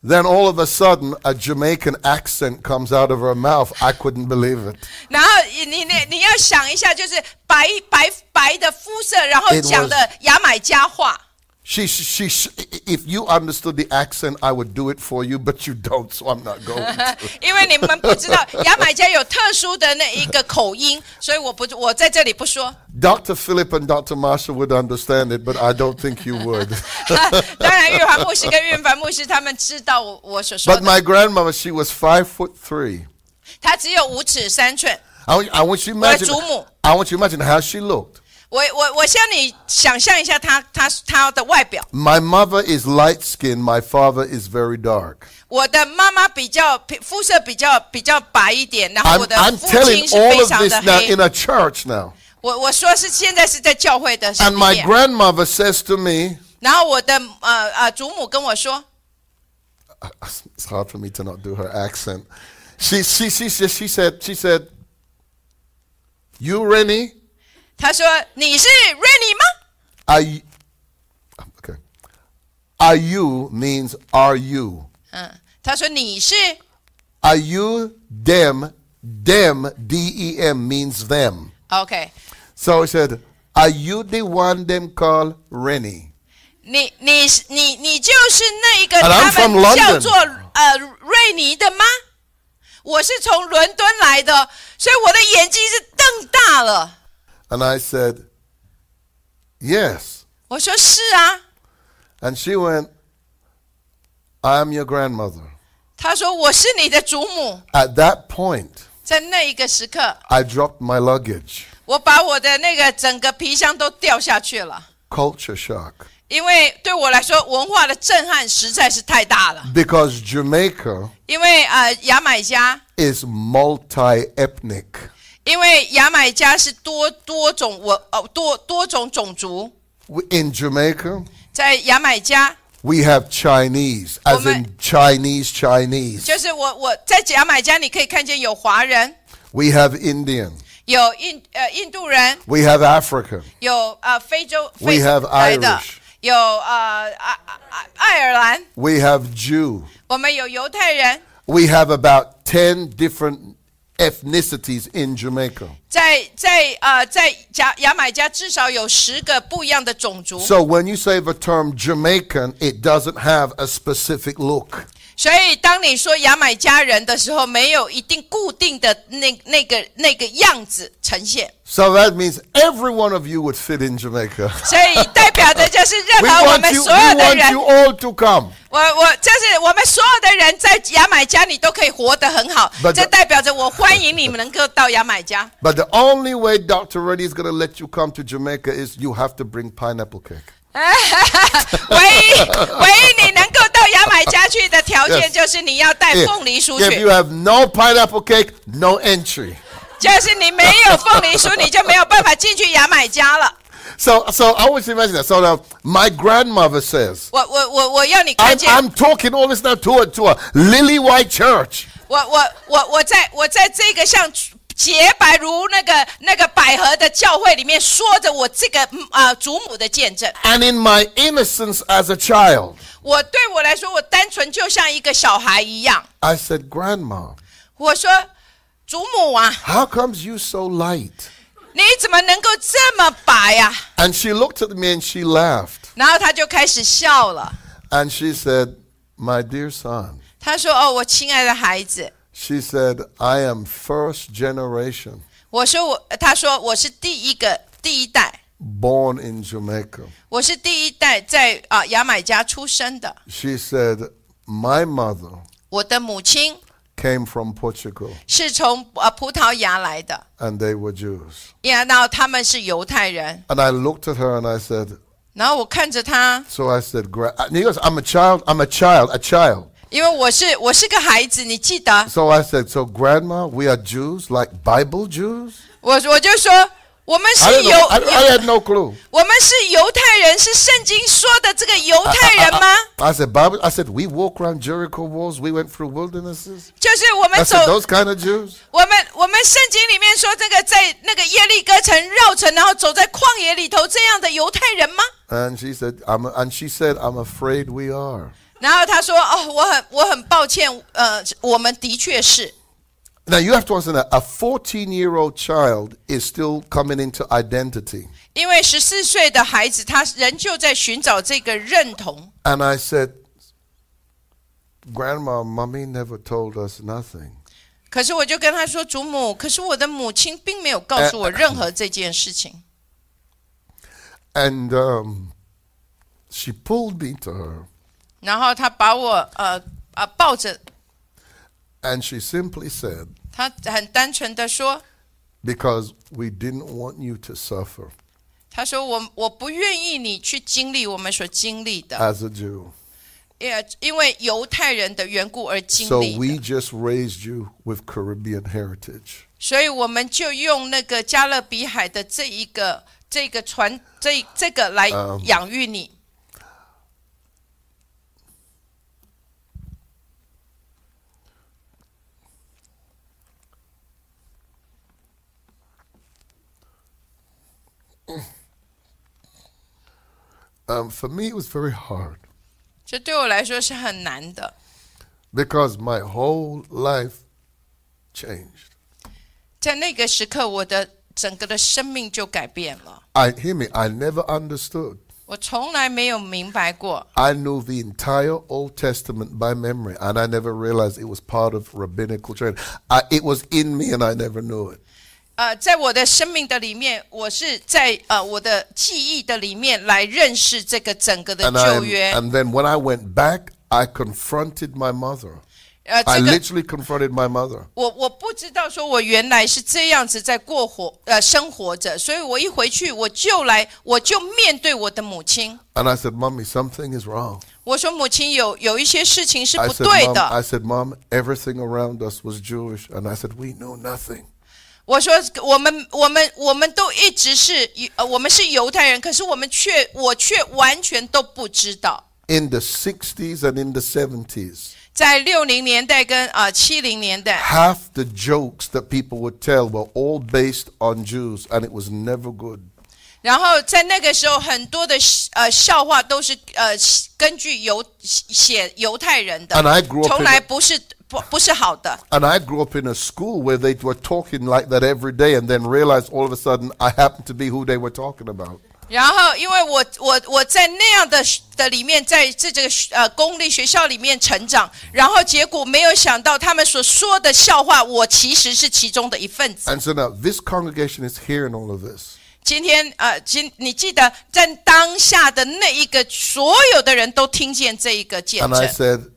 [SPEAKER 2] then all of a sudden a Jamaican accent comes out of her mouth. I couldn't believe it.
[SPEAKER 1] 然后你你你你要想一下，就是白白白的肤色，然后
[SPEAKER 2] It was-
[SPEAKER 1] 讲的牙买加话。
[SPEAKER 2] She, she, she, if you understood the accent, I would do it for you, but you don't, so I'm not going. to.
[SPEAKER 1] 呃因为你们不知
[SPEAKER 2] (laughs)
[SPEAKER 1] 道牙买加有特殊的那一个口音，所以我不我在这里不说。
[SPEAKER 2] Dr. Philip and Dr. Marsha would understand it, but I don't think you would.
[SPEAKER 1] (laughs) 当然，玉华牧师跟玉凡牧师他们知道我我所说
[SPEAKER 2] but
[SPEAKER 1] 的，
[SPEAKER 2] my grandmother, she was five foot three.
[SPEAKER 1] 他只有五尺三寸。
[SPEAKER 2] I, want- I want you to imagine.
[SPEAKER 1] Where's Umu?
[SPEAKER 2] I want you to imagine how she looked.
[SPEAKER 1] 我我我我向你想象一下他他他的外表，
[SPEAKER 2] My mother is light skinned, my father is very dark.
[SPEAKER 1] 我的妈妈比较皮肤色比较比较白一点，然后
[SPEAKER 2] I'm,
[SPEAKER 1] 我的
[SPEAKER 2] I'm
[SPEAKER 1] 父
[SPEAKER 2] telling
[SPEAKER 1] 亲是
[SPEAKER 2] all
[SPEAKER 1] 非
[SPEAKER 2] of
[SPEAKER 1] 常
[SPEAKER 2] this
[SPEAKER 1] 的
[SPEAKER 2] now
[SPEAKER 1] 黑
[SPEAKER 2] in。a church now.
[SPEAKER 1] 我我说是现在是在教会的
[SPEAKER 2] And
[SPEAKER 1] 里
[SPEAKER 2] my
[SPEAKER 1] 面，
[SPEAKER 2] grandmother says to me, (laughs)
[SPEAKER 1] 然后我的呃呃祖母跟我说，
[SPEAKER 2] it's hard for me to not do her accent. She, she, she, she, she said, she said, you Rennie,
[SPEAKER 1] 她说你是 Rennie 吗？
[SPEAKER 2] are you, okay. Are you means are you.
[SPEAKER 1] 嗯，她说你是
[SPEAKER 2] Are you them? Them, D-E-M means them.
[SPEAKER 1] OK，
[SPEAKER 2] So I said, Are you the one them call Rennie?
[SPEAKER 1] 你你是你你就是那一个
[SPEAKER 2] And 啊 I'm
[SPEAKER 1] 他
[SPEAKER 2] from
[SPEAKER 1] 们
[SPEAKER 2] London.
[SPEAKER 1] 叫做呃瑞尼的吗？我是从伦敦来的，所以我的眼睛是瞪大了。
[SPEAKER 2] And I said, Yes.
[SPEAKER 1] 我说是啊，
[SPEAKER 2] And she went, I'm your grandmother.
[SPEAKER 1] 他说我是你的祖母。
[SPEAKER 2] At that point,
[SPEAKER 1] 在那一个时刻，
[SPEAKER 2] I dropped my luggage.
[SPEAKER 1] 我把我的那个整个皮箱都掉下去了，
[SPEAKER 2] Culture shock.
[SPEAKER 1] 因为对我来说文化的震撼实在是太大了。
[SPEAKER 2] Because Jamaica
[SPEAKER 1] 因为呃牙买加，
[SPEAKER 2] is multi ethnic.
[SPEAKER 1] 因为牙买加是多多种文哦多多种种族，
[SPEAKER 2] In Jamaica,
[SPEAKER 1] 在牙买加
[SPEAKER 2] we have Chinese, as
[SPEAKER 1] Woman-
[SPEAKER 2] in Chinese, Chinese.
[SPEAKER 1] 就是我我在牙买加，你可以看见有华人，
[SPEAKER 2] We have Indian.
[SPEAKER 1] 有印呃印度人，
[SPEAKER 2] We have African.
[SPEAKER 1] 有呃非洲
[SPEAKER 2] We
[SPEAKER 1] 非
[SPEAKER 2] have
[SPEAKER 1] 来的
[SPEAKER 2] Irish.
[SPEAKER 1] 有呃爱爱爱尔兰，
[SPEAKER 2] We have Jew.
[SPEAKER 1] 我们有犹太人，
[SPEAKER 2] We have about 10 different ethnicities in Jamaica.
[SPEAKER 1] 在在呃在牙牙买加至少有十个不一样的种族，
[SPEAKER 2] So when you say the term Jamaican, it doesn't have a specific look.
[SPEAKER 1] 所以当你说牙买加人的时候，没有一定固定的那那个那个样子呈现，
[SPEAKER 2] So that means every one of you would fit in Jamaica.
[SPEAKER 1] 所以代表的就是
[SPEAKER 2] We
[SPEAKER 1] 任何我
[SPEAKER 2] want
[SPEAKER 1] 们
[SPEAKER 2] you, we
[SPEAKER 1] 所有的
[SPEAKER 2] want
[SPEAKER 1] 人
[SPEAKER 2] you。all to come.
[SPEAKER 1] 我我就是我们所有的人在牙买加，你都可以活得很好
[SPEAKER 2] But the-，
[SPEAKER 1] 这代表着我欢迎你们能够到牙
[SPEAKER 2] (laughs)
[SPEAKER 1] 买加。
[SPEAKER 2] But the only way Dr. Reddy is going to let you come to Jamaica is you have to bring pineapple cake.
[SPEAKER 1] 唯一唯一你能够到牙买加去的条件，就是你要
[SPEAKER 2] (laughs)
[SPEAKER 1] 带
[SPEAKER 2] If,
[SPEAKER 1] 凤梨酥
[SPEAKER 2] if
[SPEAKER 1] 去
[SPEAKER 2] you，have no pineapple cake, no entry.
[SPEAKER 1] 就是你没有凤梨酥，你就没有办法进去牙买加了。
[SPEAKER 2] So, so I always imagine that. So now my grandmother says,
[SPEAKER 1] 我我我我要你看
[SPEAKER 2] I'm,
[SPEAKER 1] 见，
[SPEAKER 2] I'm talking all this now to a, to a lily white church.
[SPEAKER 1] 我我我我在我在这个像洁白如那个那个百合的教会里面，说着我这个嗯啊、祖母的见证。
[SPEAKER 2] And in my innocence as a child,
[SPEAKER 1] 我对我来说，我单纯就像一个小孩一样。
[SPEAKER 2] I said, Grandma,
[SPEAKER 1] 我说：“祖母啊，
[SPEAKER 2] how comes you so light?
[SPEAKER 1] 你怎么能够这么白呀、
[SPEAKER 2] And she looked at me and she laughed.
[SPEAKER 1] 然后他就开始笑了。
[SPEAKER 2] And she said, My dear son,
[SPEAKER 1] 他说：“哦，我亲爱的孩子。
[SPEAKER 2] she said, I am first generation ”
[SPEAKER 1] 我说我：“我他说我是第一个第一代，
[SPEAKER 2] born in Jamaica.
[SPEAKER 1] 我是第一代在啊、牙买加出生的。
[SPEAKER 2] She said, My mother
[SPEAKER 1] 我的母亲
[SPEAKER 2] came from Portugal
[SPEAKER 1] 是从呃葡萄牙来的，
[SPEAKER 2] and they were Jews.
[SPEAKER 1] 然后他们是犹太人。
[SPEAKER 2] And I looked at her and I said,
[SPEAKER 1] 然后我看着他，
[SPEAKER 2] So I said, Gra- and he goes, I'm a child, I'm a child, a child.
[SPEAKER 1] 因为我是我是个孩子，你记得
[SPEAKER 2] So I said, So, Grandma, we are Jews, like Bible Jews?
[SPEAKER 1] 我我就说我们
[SPEAKER 2] I
[SPEAKER 1] 是
[SPEAKER 2] don't
[SPEAKER 1] 犹
[SPEAKER 2] know. I, I
[SPEAKER 1] 犹
[SPEAKER 2] had no clue.
[SPEAKER 1] 我们是犹太人，是圣经说的这个犹太人吗？
[SPEAKER 2] I said, Bible. I said, we walk around Jericho walls. We went through wildernesses.
[SPEAKER 1] 就是我
[SPEAKER 2] I
[SPEAKER 1] 们走
[SPEAKER 2] said, those kind of Jews.
[SPEAKER 1] 我们我们圣经里面说这个在那个耶利哥城绕城，然后走在旷野里头这样的犹太人吗？
[SPEAKER 2] And she said, I'm. And she said, I'm afraid we are.
[SPEAKER 1] 然后他说：“哦，我很我很抱歉，呃，我们的确是。
[SPEAKER 2] Now you have to understand that a 14-year-old child is still coming into identity.
[SPEAKER 1] 因为十四岁的孩子，他仍旧在寻找这个认同。
[SPEAKER 2] And I said, Grandma, mommy never told us nothing.
[SPEAKER 1] 可是我就跟他说：‘祖母，可是我的母亲并没有告诉我任何这件事情。
[SPEAKER 2] And um, she pulled me to her, ’
[SPEAKER 1] 然后他把我呃呃抱着，
[SPEAKER 2] and she simply said,
[SPEAKER 1] 他很单纯的说：‘
[SPEAKER 2] "Because we didn't want you to suffer."
[SPEAKER 1] 他说我我不愿意你去经历我们所经历的，
[SPEAKER 2] as a Jew.
[SPEAKER 1] 也因为犹太人的缘故而经
[SPEAKER 2] So
[SPEAKER 1] 历的
[SPEAKER 2] we just raised you with Caribbean heritage.
[SPEAKER 1] 所以我们就用那个加勒比海的这一个这个传这这个来
[SPEAKER 2] 嗯
[SPEAKER 1] 养育你。
[SPEAKER 2] Um, for me, it was very hard 啊
[SPEAKER 1] 这对我来说是很难的，
[SPEAKER 2] because my whole life changed.
[SPEAKER 1] 在那个时刻，我的整个的生命就改变了。
[SPEAKER 2] I hear me. I never understood.
[SPEAKER 1] 我从来没有明白过，
[SPEAKER 2] I knew the entire Old Testament by memory, and I never realized it was part of rabbinical training. I, it was in me, and I never knew it.
[SPEAKER 1] 呃，在我的生命的里面，我是在呃我的记忆的里面来认识这个整个的
[SPEAKER 2] And,
[SPEAKER 1] 旧
[SPEAKER 2] I'm-
[SPEAKER 1] 约。
[SPEAKER 2] and then when I went back, I confronted my mother.
[SPEAKER 1] 呃，
[SPEAKER 2] I
[SPEAKER 1] 这个
[SPEAKER 2] literally confronted my mother.
[SPEAKER 1] 我我不知道，说我原来是这样子在过活呃生活着，所以我一回去我就来我就面对我的母亲。
[SPEAKER 2] And I said, Mommy, something is wrong.
[SPEAKER 1] 我说母亲有有一些事情是
[SPEAKER 2] I
[SPEAKER 1] 不
[SPEAKER 2] said,
[SPEAKER 1] 对
[SPEAKER 2] Mom,
[SPEAKER 1] 的。
[SPEAKER 2] I said, Mom, everything around us was Jewish. And I said, We knew nothing.
[SPEAKER 1] 我说我们我们我们都一直是呃我们是犹太人，可是我们却我却完全都不知道。
[SPEAKER 2] In the 60s and in the 70s,
[SPEAKER 1] 在六零年代跟啊七零年代，
[SPEAKER 2] half the jokes that people would tell were all based on Jews, and it was never good.
[SPEAKER 1] 然后在那个时候，很多的呃笑话都是呃根据犹写犹太人的
[SPEAKER 2] And I grew，up
[SPEAKER 1] 从
[SPEAKER 2] in-
[SPEAKER 1] 来不是不不是好的。
[SPEAKER 2] And I grew up in a school where they were talking like that every day, and then realized all of a sudden I happened to be who they were talking about.
[SPEAKER 1] 然后，因为我我我在那样的的里面，在这这个呃公立学校里面成长，然后结果没有想到他们所说的笑话，我其实是其中的一份子。
[SPEAKER 2] And so now this congregation is hearing all of this.
[SPEAKER 1] 今天呃，今你记得在当下的那一个，所有的人都听见这一个见
[SPEAKER 2] And I
[SPEAKER 1] 证。
[SPEAKER 2] said,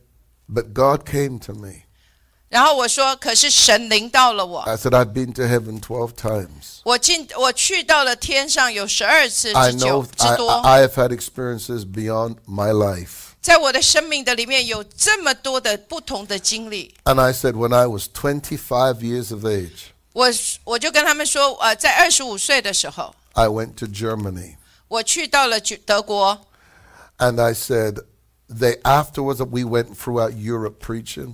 [SPEAKER 2] But God came to me.
[SPEAKER 1] 然后我说，可是神临到了我，
[SPEAKER 2] I said, I've been to heaven 12 times.
[SPEAKER 1] 我进我去到了天上有十二次
[SPEAKER 2] I
[SPEAKER 1] 之
[SPEAKER 2] know
[SPEAKER 1] 久之
[SPEAKER 2] I,
[SPEAKER 1] 多，
[SPEAKER 2] I I have had experiences beyond my life.
[SPEAKER 1] 在我的生命的里面有这么多的不同的经历。
[SPEAKER 2] And I said, When I was 25 years of age,
[SPEAKER 1] 我我就跟他们说，呃，在二十五岁的时候，
[SPEAKER 2] I went to Germany.
[SPEAKER 1] 我去到了德德国，
[SPEAKER 2] And I said, They afterwards, we went throughout Europe preaching.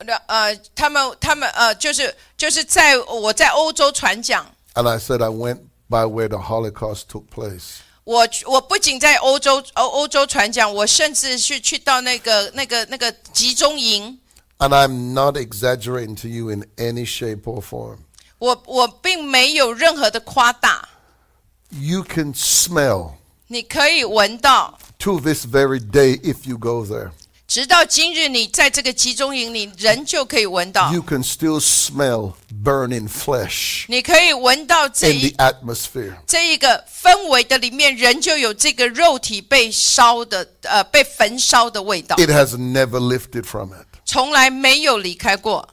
[SPEAKER 1] 那呃，他们他们呃，就是就是在我在欧洲传讲，
[SPEAKER 2] And I said, I went by where the Holocaust took place.
[SPEAKER 1] 我我不仅在欧洲欧欧洲传讲，我甚至是去到那个那个那个集中营，
[SPEAKER 2] And I'm not exaggerating to you in any shape or form.
[SPEAKER 1] 我我并没有任何的夸大，
[SPEAKER 2] You can smell
[SPEAKER 1] 你可以闻到，
[SPEAKER 2] to this very day if you go there.
[SPEAKER 1] 直到今日，你在这个集中营里仍旧可以闻到，
[SPEAKER 2] You can still smell burning flesh
[SPEAKER 1] 你可以闻到这
[SPEAKER 2] in the
[SPEAKER 1] 一。
[SPEAKER 2] atmosphere.
[SPEAKER 1] 这一个氛围的里面，人就有这个肉体被烧的，呃，被焚烧的味道，
[SPEAKER 2] It has never lifted from it.
[SPEAKER 1] 从来没有离开过。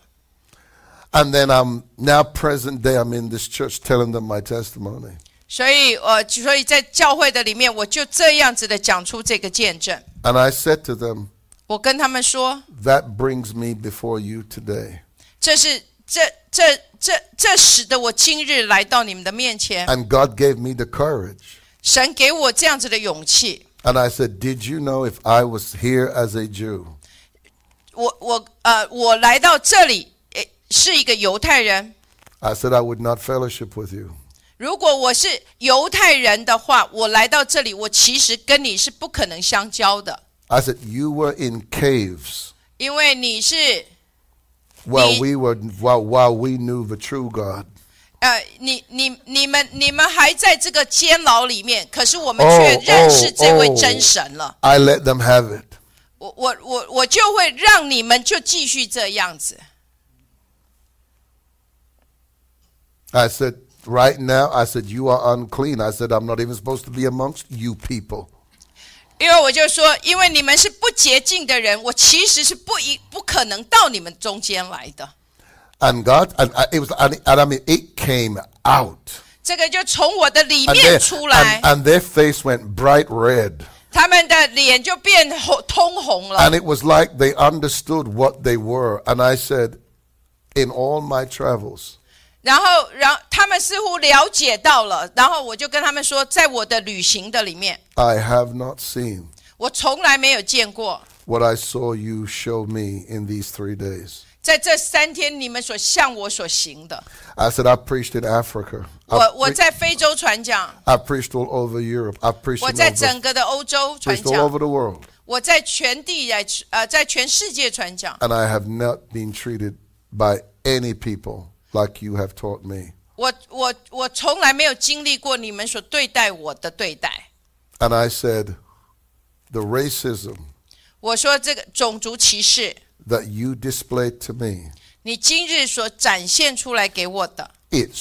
[SPEAKER 2] And then I'm now present day, I'm in this church telling them my testimony.
[SPEAKER 1] 所以，呃，所以在教会的里面，我就这样子的讲出这个见证。
[SPEAKER 2] And I said to them,
[SPEAKER 1] 我跟他们说，
[SPEAKER 2] That brings me before you today.
[SPEAKER 1] 这是这这这这使得我今日来到你们的面前。
[SPEAKER 2] And God gave me the courage.
[SPEAKER 1] 神给我这样子的勇气。
[SPEAKER 2] And I said, Did you know if I was here as a Jew,
[SPEAKER 1] 我我呃，我来到这里，诶，是一个犹太人。
[SPEAKER 2] I said I would not fellowship with you.
[SPEAKER 1] 如果我是犹太人的话，我来到这里，我其实跟你是不可能相交的，
[SPEAKER 2] I said, You were in caves
[SPEAKER 1] 因为你是
[SPEAKER 2] while
[SPEAKER 1] Ye-
[SPEAKER 2] we were while, while we knew the true God.
[SPEAKER 1] 呃，你你你们你们还在这个监牢里面，可是我们
[SPEAKER 2] 哦
[SPEAKER 1] 却认识这位
[SPEAKER 2] 哦哦
[SPEAKER 1] 真神了。
[SPEAKER 2] I let them have it.
[SPEAKER 1] 我我我我就会让你们就继续这样子。
[SPEAKER 2] I said, Right now, I said, You are unclean. I said, I'm not even supposed to be amongst you people.
[SPEAKER 1] 因为我就说，因为你们是不洁净的人，我其实是不一不可能到你们中间来的。
[SPEAKER 2] uh, And God and I, it was and, and I mean it came out.
[SPEAKER 1] 这个就从我的里
[SPEAKER 2] And,
[SPEAKER 1] 面
[SPEAKER 2] they-
[SPEAKER 1] 出来
[SPEAKER 2] and, and their face went bright red.
[SPEAKER 1] 他们的脸就变红通红了。
[SPEAKER 2] And it was like they understood what they were. And I said, In all my travels,
[SPEAKER 1] 然后，然后他们似乎了解到了，然后我就跟他们说，在我的旅行的里面，
[SPEAKER 2] I have not seen
[SPEAKER 1] 我从来没有见过，
[SPEAKER 2] what I saw you show me in these three days.
[SPEAKER 1] 在这三天你们所向我所行的。
[SPEAKER 2] I said, I preached in Africa.
[SPEAKER 1] 我
[SPEAKER 2] I,
[SPEAKER 1] 我
[SPEAKER 2] pre-
[SPEAKER 1] 在非洲传讲，
[SPEAKER 2] I preached all over Europe. I preached,
[SPEAKER 1] 我
[SPEAKER 2] in
[SPEAKER 1] 在
[SPEAKER 2] over,
[SPEAKER 1] 整个的欧洲传
[SPEAKER 2] preached all
[SPEAKER 1] 讲，
[SPEAKER 2] over the world.
[SPEAKER 1] 我在全地来呃，在全世界传讲。
[SPEAKER 2] And I have not been treated by any people like you have taught me.
[SPEAKER 1] 我我我从来没有经历过你们所对待我的对待。
[SPEAKER 2] And I said, The racism
[SPEAKER 1] 我说这个种族歧视，
[SPEAKER 2] that you displayed to me,
[SPEAKER 1] 你今日所展现出来给我的，
[SPEAKER 2] it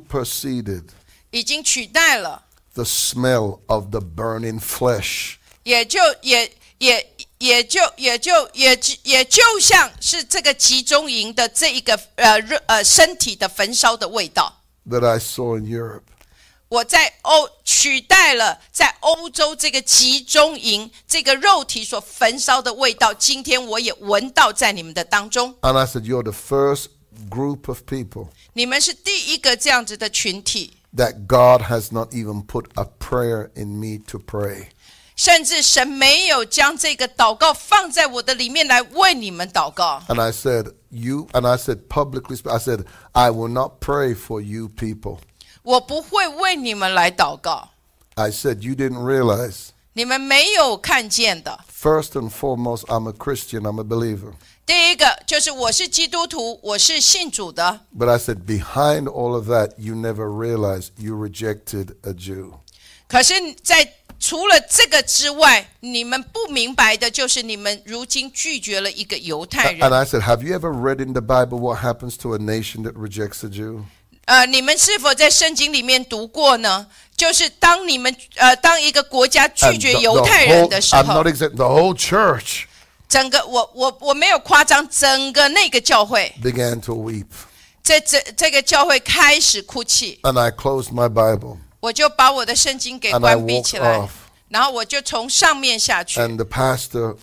[SPEAKER 2] superseded
[SPEAKER 1] 已经取代了。
[SPEAKER 2] the smell of the burning flesh.
[SPEAKER 1] 也就也也也就也就也就也就像是这个集中营的这一个呃热呃身体的焚烧的味道，
[SPEAKER 2] that I saw in Europe.
[SPEAKER 1] 我在欧取代了在欧洲这个集中营这个肉体所焚烧的味道，今天我也闻到在你们的当中，
[SPEAKER 2] And I said, You're the first group of people
[SPEAKER 1] 你们是第一个这样子的群体，
[SPEAKER 2] that God has not even put a prayer in me to pray.
[SPEAKER 1] 甚至神没有将这个祷告放在我的里面来为你们祷告。
[SPEAKER 2] And I said, You, and I said publicly, I said, I will not pray for you people.
[SPEAKER 1] 我不会为你们来祷告，
[SPEAKER 2] I said, You didn't realize.
[SPEAKER 1] 你们没有看见的。
[SPEAKER 2] First and foremost, I'm a Christian, I'm a believer.
[SPEAKER 1] 第一个就是我是基督徒，我是信主的。
[SPEAKER 2] But I said, behind all of that, you never realized you rejected a Jew.
[SPEAKER 1] 可是，在除了这个之外，你们不明白的就是你们如今拒绝了一个犹太
[SPEAKER 2] And
[SPEAKER 1] 人。
[SPEAKER 2] I said, Have you ever read in the Bible what happens to a nation that rejects a Jew?
[SPEAKER 1] 呃，你们是否在圣经里面读过呢？就是当你们呃，当一个国家拒
[SPEAKER 2] And
[SPEAKER 1] 绝
[SPEAKER 2] the-
[SPEAKER 1] 犹
[SPEAKER 2] the
[SPEAKER 1] 太
[SPEAKER 2] whole-
[SPEAKER 1] 人的时
[SPEAKER 2] I'm
[SPEAKER 1] 候
[SPEAKER 2] not，exempt. The whole church
[SPEAKER 1] 整个我我我没有夸张，整个那个教会，
[SPEAKER 2] began to weep.
[SPEAKER 1] 这这这个教会开始哭泣，
[SPEAKER 2] And I closed my Bible.
[SPEAKER 1] 我就把我的圣经给
[SPEAKER 2] And I
[SPEAKER 1] 关闭起
[SPEAKER 2] walked
[SPEAKER 1] 来
[SPEAKER 2] off.，
[SPEAKER 1] 然后我就从上面下去，
[SPEAKER 2] And the pastor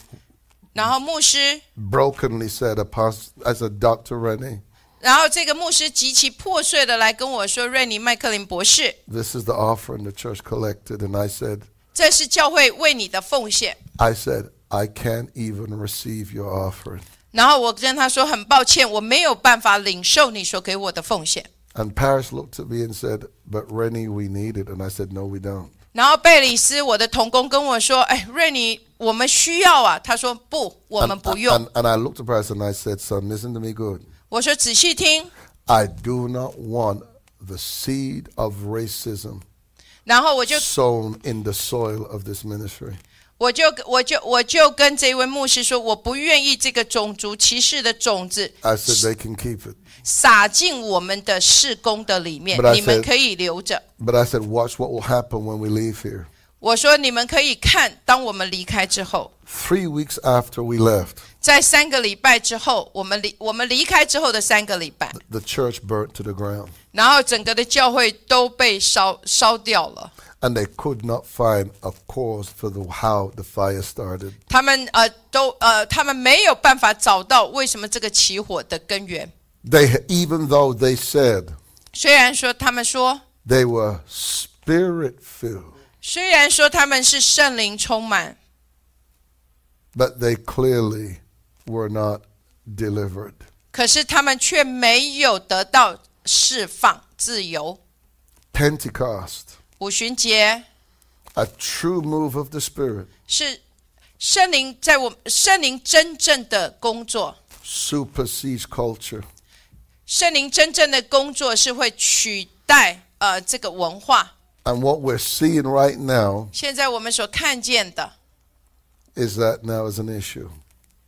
[SPEAKER 1] 然后牧师。
[SPEAKER 2] brokenly said, "Apost- I said, Dr. Rennie,
[SPEAKER 1] 然后这个牧师极其破碎的来跟我说：“瑞尼麦克林博士，
[SPEAKER 2] this is the offering the church collected. And I said,
[SPEAKER 1] 这是教会为你的奉献。
[SPEAKER 2] I said, I can't even receive your offering. ”
[SPEAKER 1] 然后我跟他说：“很抱歉，我没有办法领受你所给我的奉献。
[SPEAKER 2] And Paris looked at me and said, But Rennie, we need it. And I said, No, we don't. ”
[SPEAKER 1] 然后贝里斯我的童工跟我说：“哎，瑞尼，我们需要啊。”他说：“不，我
[SPEAKER 2] And,
[SPEAKER 1] 们不
[SPEAKER 2] and,
[SPEAKER 1] 用。
[SPEAKER 2] and I looked at Paris and I said, Son, listen to me good. ”
[SPEAKER 1] 我说：“仔细听。
[SPEAKER 2] I do not want the seed of racism ”
[SPEAKER 1] 然后我就
[SPEAKER 2] sown in the soil of this ministry.
[SPEAKER 1] 我就我就我就跟这位牧师说：“我不愿意这个种族歧视的种子
[SPEAKER 2] I said they can keep it.
[SPEAKER 1] 撒进我们的事工的里面
[SPEAKER 2] But，I
[SPEAKER 1] 你们
[SPEAKER 2] said-
[SPEAKER 1] 可以留着。”
[SPEAKER 2] But I said, watch what will happen when we leave here.
[SPEAKER 1] 我说你们可以看，当我们离开之后，
[SPEAKER 2] Three weeks after we left,
[SPEAKER 1] 在三个礼拜之后，我们离我们离开之后的三个礼拜，
[SPEAKER 2] the church burnt to the ground,
[SPEAKER 1] 然后整个的教会都被烧烧掉了。
[SPEAKER 2] and they could not find a cause for the, how the fire started.
[SPEAKER 1] 他们呃都呃他们没有办法找到为什么这个起火的根源。
[SPEAKER 2] They, even though they said
[SPEAKER 1] 虽然说他们说，
[SPEAKER 2] they were spirit filled,
[SPEAKER 1] 虽然说他们是圣灵充满，
[SPEAKER 2] but they clearly were not delivered.
[SPEAKER 1] 可是他们却没有得到释放自由。
[SPEAKER 2] Pentecost,
[SPEAKER 1] 五旬节
[SPEAKER 2] a true move of the Spirit,
[SPEAKER 1] 是圣灵在我圣灵真正的工作。
[SPEAKER 2] supersedes culture.
[SPEAKER 1] 圣灵真正的工作是会取代呃这个文化。
[SPEAKER 2] And what we're seeing right now
[SPEAKER 1] 现在我们所看见的，
[SPEAKER 2] is that now is an issue.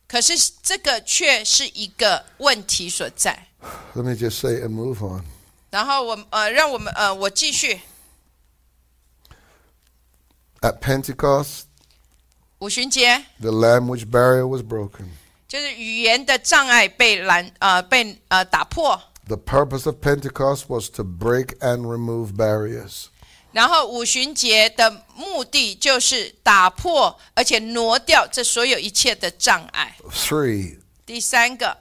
[SPEAKER 1] 可是这个却是一个问题所在。
[SPEAKER 2] Let me just say it and move on.
[SPEAKER 1] 然后我呃，让我们呃，我继续
[SPEAKER 2] At Pentecost,
[SPEAKER 1] 五旬节，
[SPEAKER 2] the language barrier was broken.
[SPEAKER 1] 就是语言的障碍被拦呃被呃打破，
[SPEAKER 2] The purpose of Pentecost was to break and remove barriers.
[SPEAKER 1] 然后五旬节的目的就是打破，而且挪掉这所有一切的障碍。
[SPEAKER 2] Three,
[SPEAKER 1] 第三个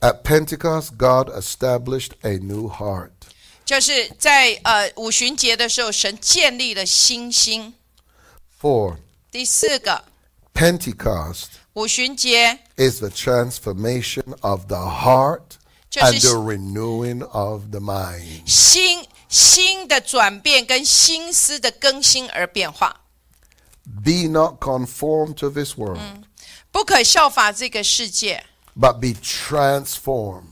[SPEAKER 2] at Pentecost, God established a new heart.
[SPEAKER 1] 就是在呃五旬节的时候，神建立了星星。
[SPEAKER 2] Four,
[SPEAKER 1] 第四个
[SPEAKER 2] Pentecost
[SPEAKER 1] 五旬节
[SPEAKER 2] is the transformation of the heart and
[SPEAKER 1] Just-
[SPEAKER 2] the renewing of the mind.
[SPEAKER 1] 心心的转变跟心思的更新而变化，
[SPEAKER 2] Be not conformed to this world,
[SPEAKER 1] 不可效法这个世界，
[SPEAKER 2] but be transformed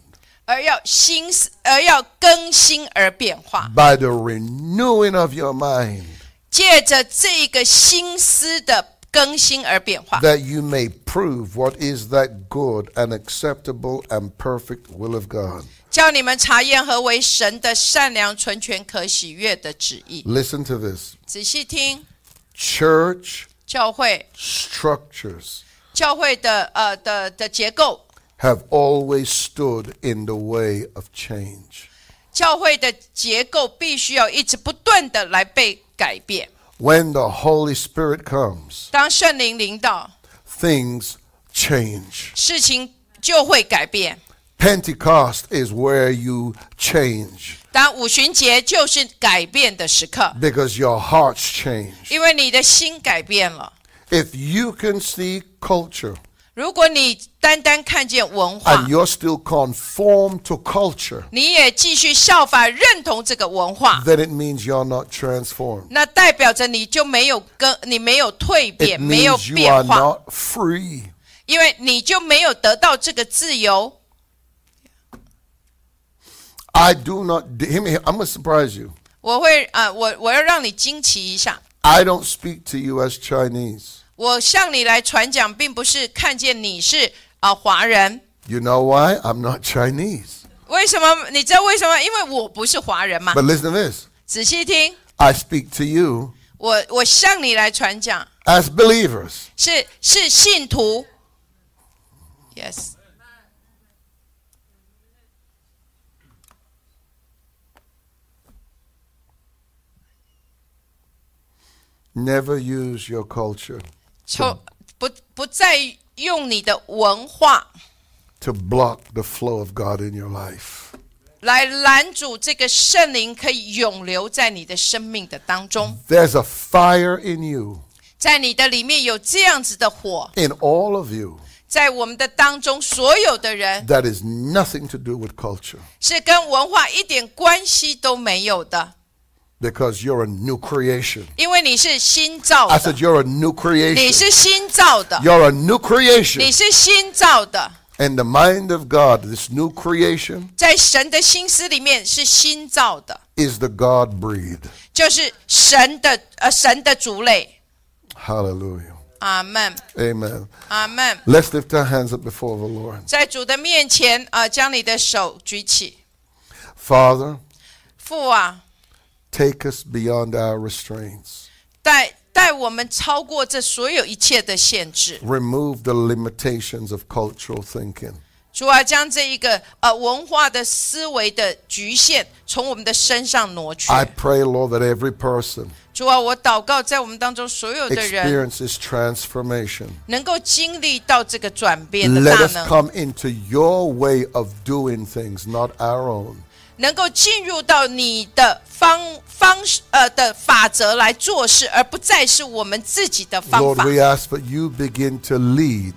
[SPEAKER 1] 而要心思而要更新而变化，
[SPEAKER 2] by the renewing of your mind,
[SPEAKER 1] 借着这个心思的更新而变化。
[SPEAKER 2] that you may prove what is that good and acceptable and perfect will of God.
[SPEAKER 1] 叫你们查验何为神的善良、纯全、可喜悦的旨意。
[SPEAKER 2] Listen to this
[SPEAKER 1] 仔细听，
[SPEAKER 2] church
[SPEAKER 1] 教会
[SPEAKER 2] structures
[SPEAKER 1] 教会的呃的的结构，
[SPEAKER 2] have always stood in the way of change.
[SPEAKER 1] 教会的结构必须要一直不断的来被改变。
[SPEAKER 2] When the Holy Spirit comes,
[SPEAKER 1] 当圣灵临到，
[SPEAKER 2] things change.
[SPEAKER 1] 事情就会改变。
[SPEAKER 2] Pentecost is where you change
[SPEAKER 1] 当五旬节就是改变的时刻，
[SPEAKER 2] because your hearts change.
[SPEAKER 1] 因为你的心改变了。
[SPEAKER 2] If you can see culture
[SPEAKER 1] 如果你单单看见文化
[SPEAKER 2] and，you're still conformed to culture,
[SPEAKER 1] 你也继续效法认同这个文化，
[SPEAKER 2] then it means you're not transformed.
[SPEAKER 1] 那代表着你就没有跟你没有蜕
[SPEAKER 2] It
[SPEAKER 1] 变，没有
[SPEAKER 2] means you are
[SPEAKER 1] 变化，
[SPEAKER 2] not free.
[SPEAKER 1] 因为你就没有得到这个自由。
[SPEAKER 2] I do not, d- hear me, I'm going to surprise you.
[SPEAKER 1] 我会啊、呃我我要让你惊奇一下。
[SPEAKER 2] I don't speak to you as Chinese.
[SPEAKER 1] 我向你来传讲，并不是看见你是啊、呃华人。
[SPEAKER 2] You know why? I'm not Chinese.
[SPEAKER 1] 为什么？你知道为什么？因为我不是华人嘛。
[SPEAKER 2] But listen to this
[SPEAKER 1] 仔细听，
[SPEAKER 2] I speak to you
[SPEAKER 1] 我我向你来传讲，
[SPEAKER 2] as believers.
[SPEAKER 1] 是是信徒。Yes，
[SPEAKER 2] Never use your culture
[SPEAKER 1] 从不不再用你的文化
[SPEAKER 2] to block the flow of God in your life.
[SPEAKER 1] 来拦阻这个圣灵可以永留在你的生命的当中，
[SPEAKER 2] There's a fire in you,
[SPEAKER 1] 在你的里面有这样子的火，
[SPEAKER 2] in all of you,
[SPEAKER 1] 在我们的当中，所有的人
[SPEAKER 2] that is nothing to do with culture
[SPEAKER 1] 是跟文化一点关系都没有的，
[SPEAKER 2] because you're a new creation.
[SPEAKER 1] 因为你啊是新造
[SPEAKER 2] I
[SPEAKER 1] 的
[SPEAKER 2] said, You're a new
[SPEAKER 1] 你
[SPEAKER 2] creation.
[SPEAKER 1] 是新造的，
[SPEAKER 2] You're a new creation.
[SPEAKER 1] 你是新造的，
[SPEAKER 2] In the mind of God, this new creation
[SPEAKER 1] 在神的心思里面是新造的，
[SPEAKER 2] is the God breed.
[SPEAKER 1] 就是神的呃神的族类。
[SPEAKER 2] Hallelujah.
[SPEAKER 1] 阿门，
[SPEAKER 2] Amen.
[SPEAKER 1] 阿门。
[SPEAKER 2] Let's lift our hands up before the Lord.
[SPEAKER 1] 在主的面前啊、呃将你的手举起，
[SPEAKER 2] Father,
[SPEAKER 1] 父啊，
[SPEAKER 2] take us beyond our restraints.
[SPEAKER 1] 带带我们超过这所有一切的限制。
[SPEAKER 2] Remove the limitations of cultural thinking.
[SPEAKER 1] 主啊，将这一个呃文化的思维的局限从我们的身上挪去。
[SPEAKER 2] I pray, Lord, that every person
[SPEAKER 1] 主啊，我祷告，在我们当中所有的人
[SPEAKER 2] experiences transformation.
[SPEAKER 1] 能够经历到这个转变的
[SPEAKER 2] Let
[SPEAKER 1] 大
[SPEAKER 2] us
[SPEAKER 1] 能，
[SPEAKER 2] come into your way of doing things, not our own.
[SPEAKER 1] 能够进入到你的方方式呃的法则来做事，而不再是我们自己的方
[SPEAKER 2] Lord,
[SPEAKER 1] 法。
[SPEAKER 2] we ask that you begin to lead,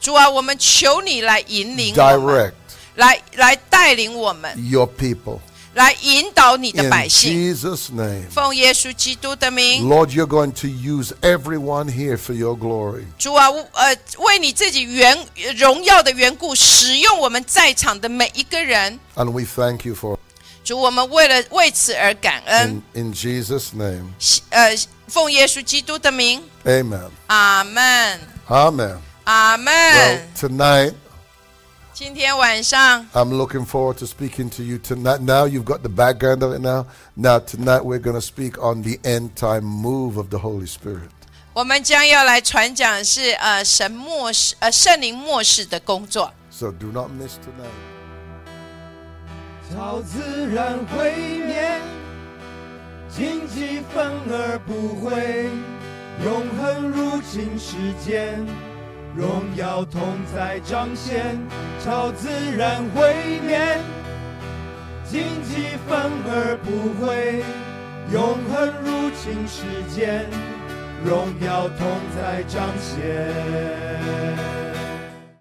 [SPEAKER 1] 主啊，我们求你来引领我们，
[SPEAKER 2] direct
[SPEAKER 1] 来来带领我们，
[SPEAKER 2] your people.
[SPEAKER 1] 来引导你的
[SPEAKER 2] In
[SPEAKER 1] 百姓。
[SPEAKER 2] Jesus' name.
[SPEAKER 1] 奉耶稣基督的名，
[SPEAKER 2] Lord, you're going to use everyone here for your glory.
[SPEAKER 1] 主啊，呃，为你自己原荣耀的缘故，使用我们在场的每一个人。
[SPEAKER 2] And we thank you for it.
[SPEAKER 1] 主，我们为了为此而感恩。
[SPEAKER 2] In, in Jesus' name.
[SPEAKER 1] 呃，奉耶稣基督的名，
[SPEAKER 2] Amen.
[SPEAKER 1] 阿门，
[SPEAKER 2] Amen.
[SPEAKER 1] 阿门。
[SPEAKER 2] Well, tonight,
[SPEAKER 1] 今天晚上，
[SPEAKER 2] I'm looking forward to speaking to you tonight. Now you've got the background of it now. Now, tonight, we're going to speak on the end time move of the Holy Spirit.
[SPEAKER 1] 我们将要来传讲是呃神末世呃圣灵末世的工作。
[SPEAKER 2] So do not miss tonight.
[SPEAKER 3] Tonight 草自然会灭，荆棘反而不会。永恒入侵世间，荣耀同在彰显。超自然会灭，荆棘反而不会。永恒入侵世间，荣耀同在彰显。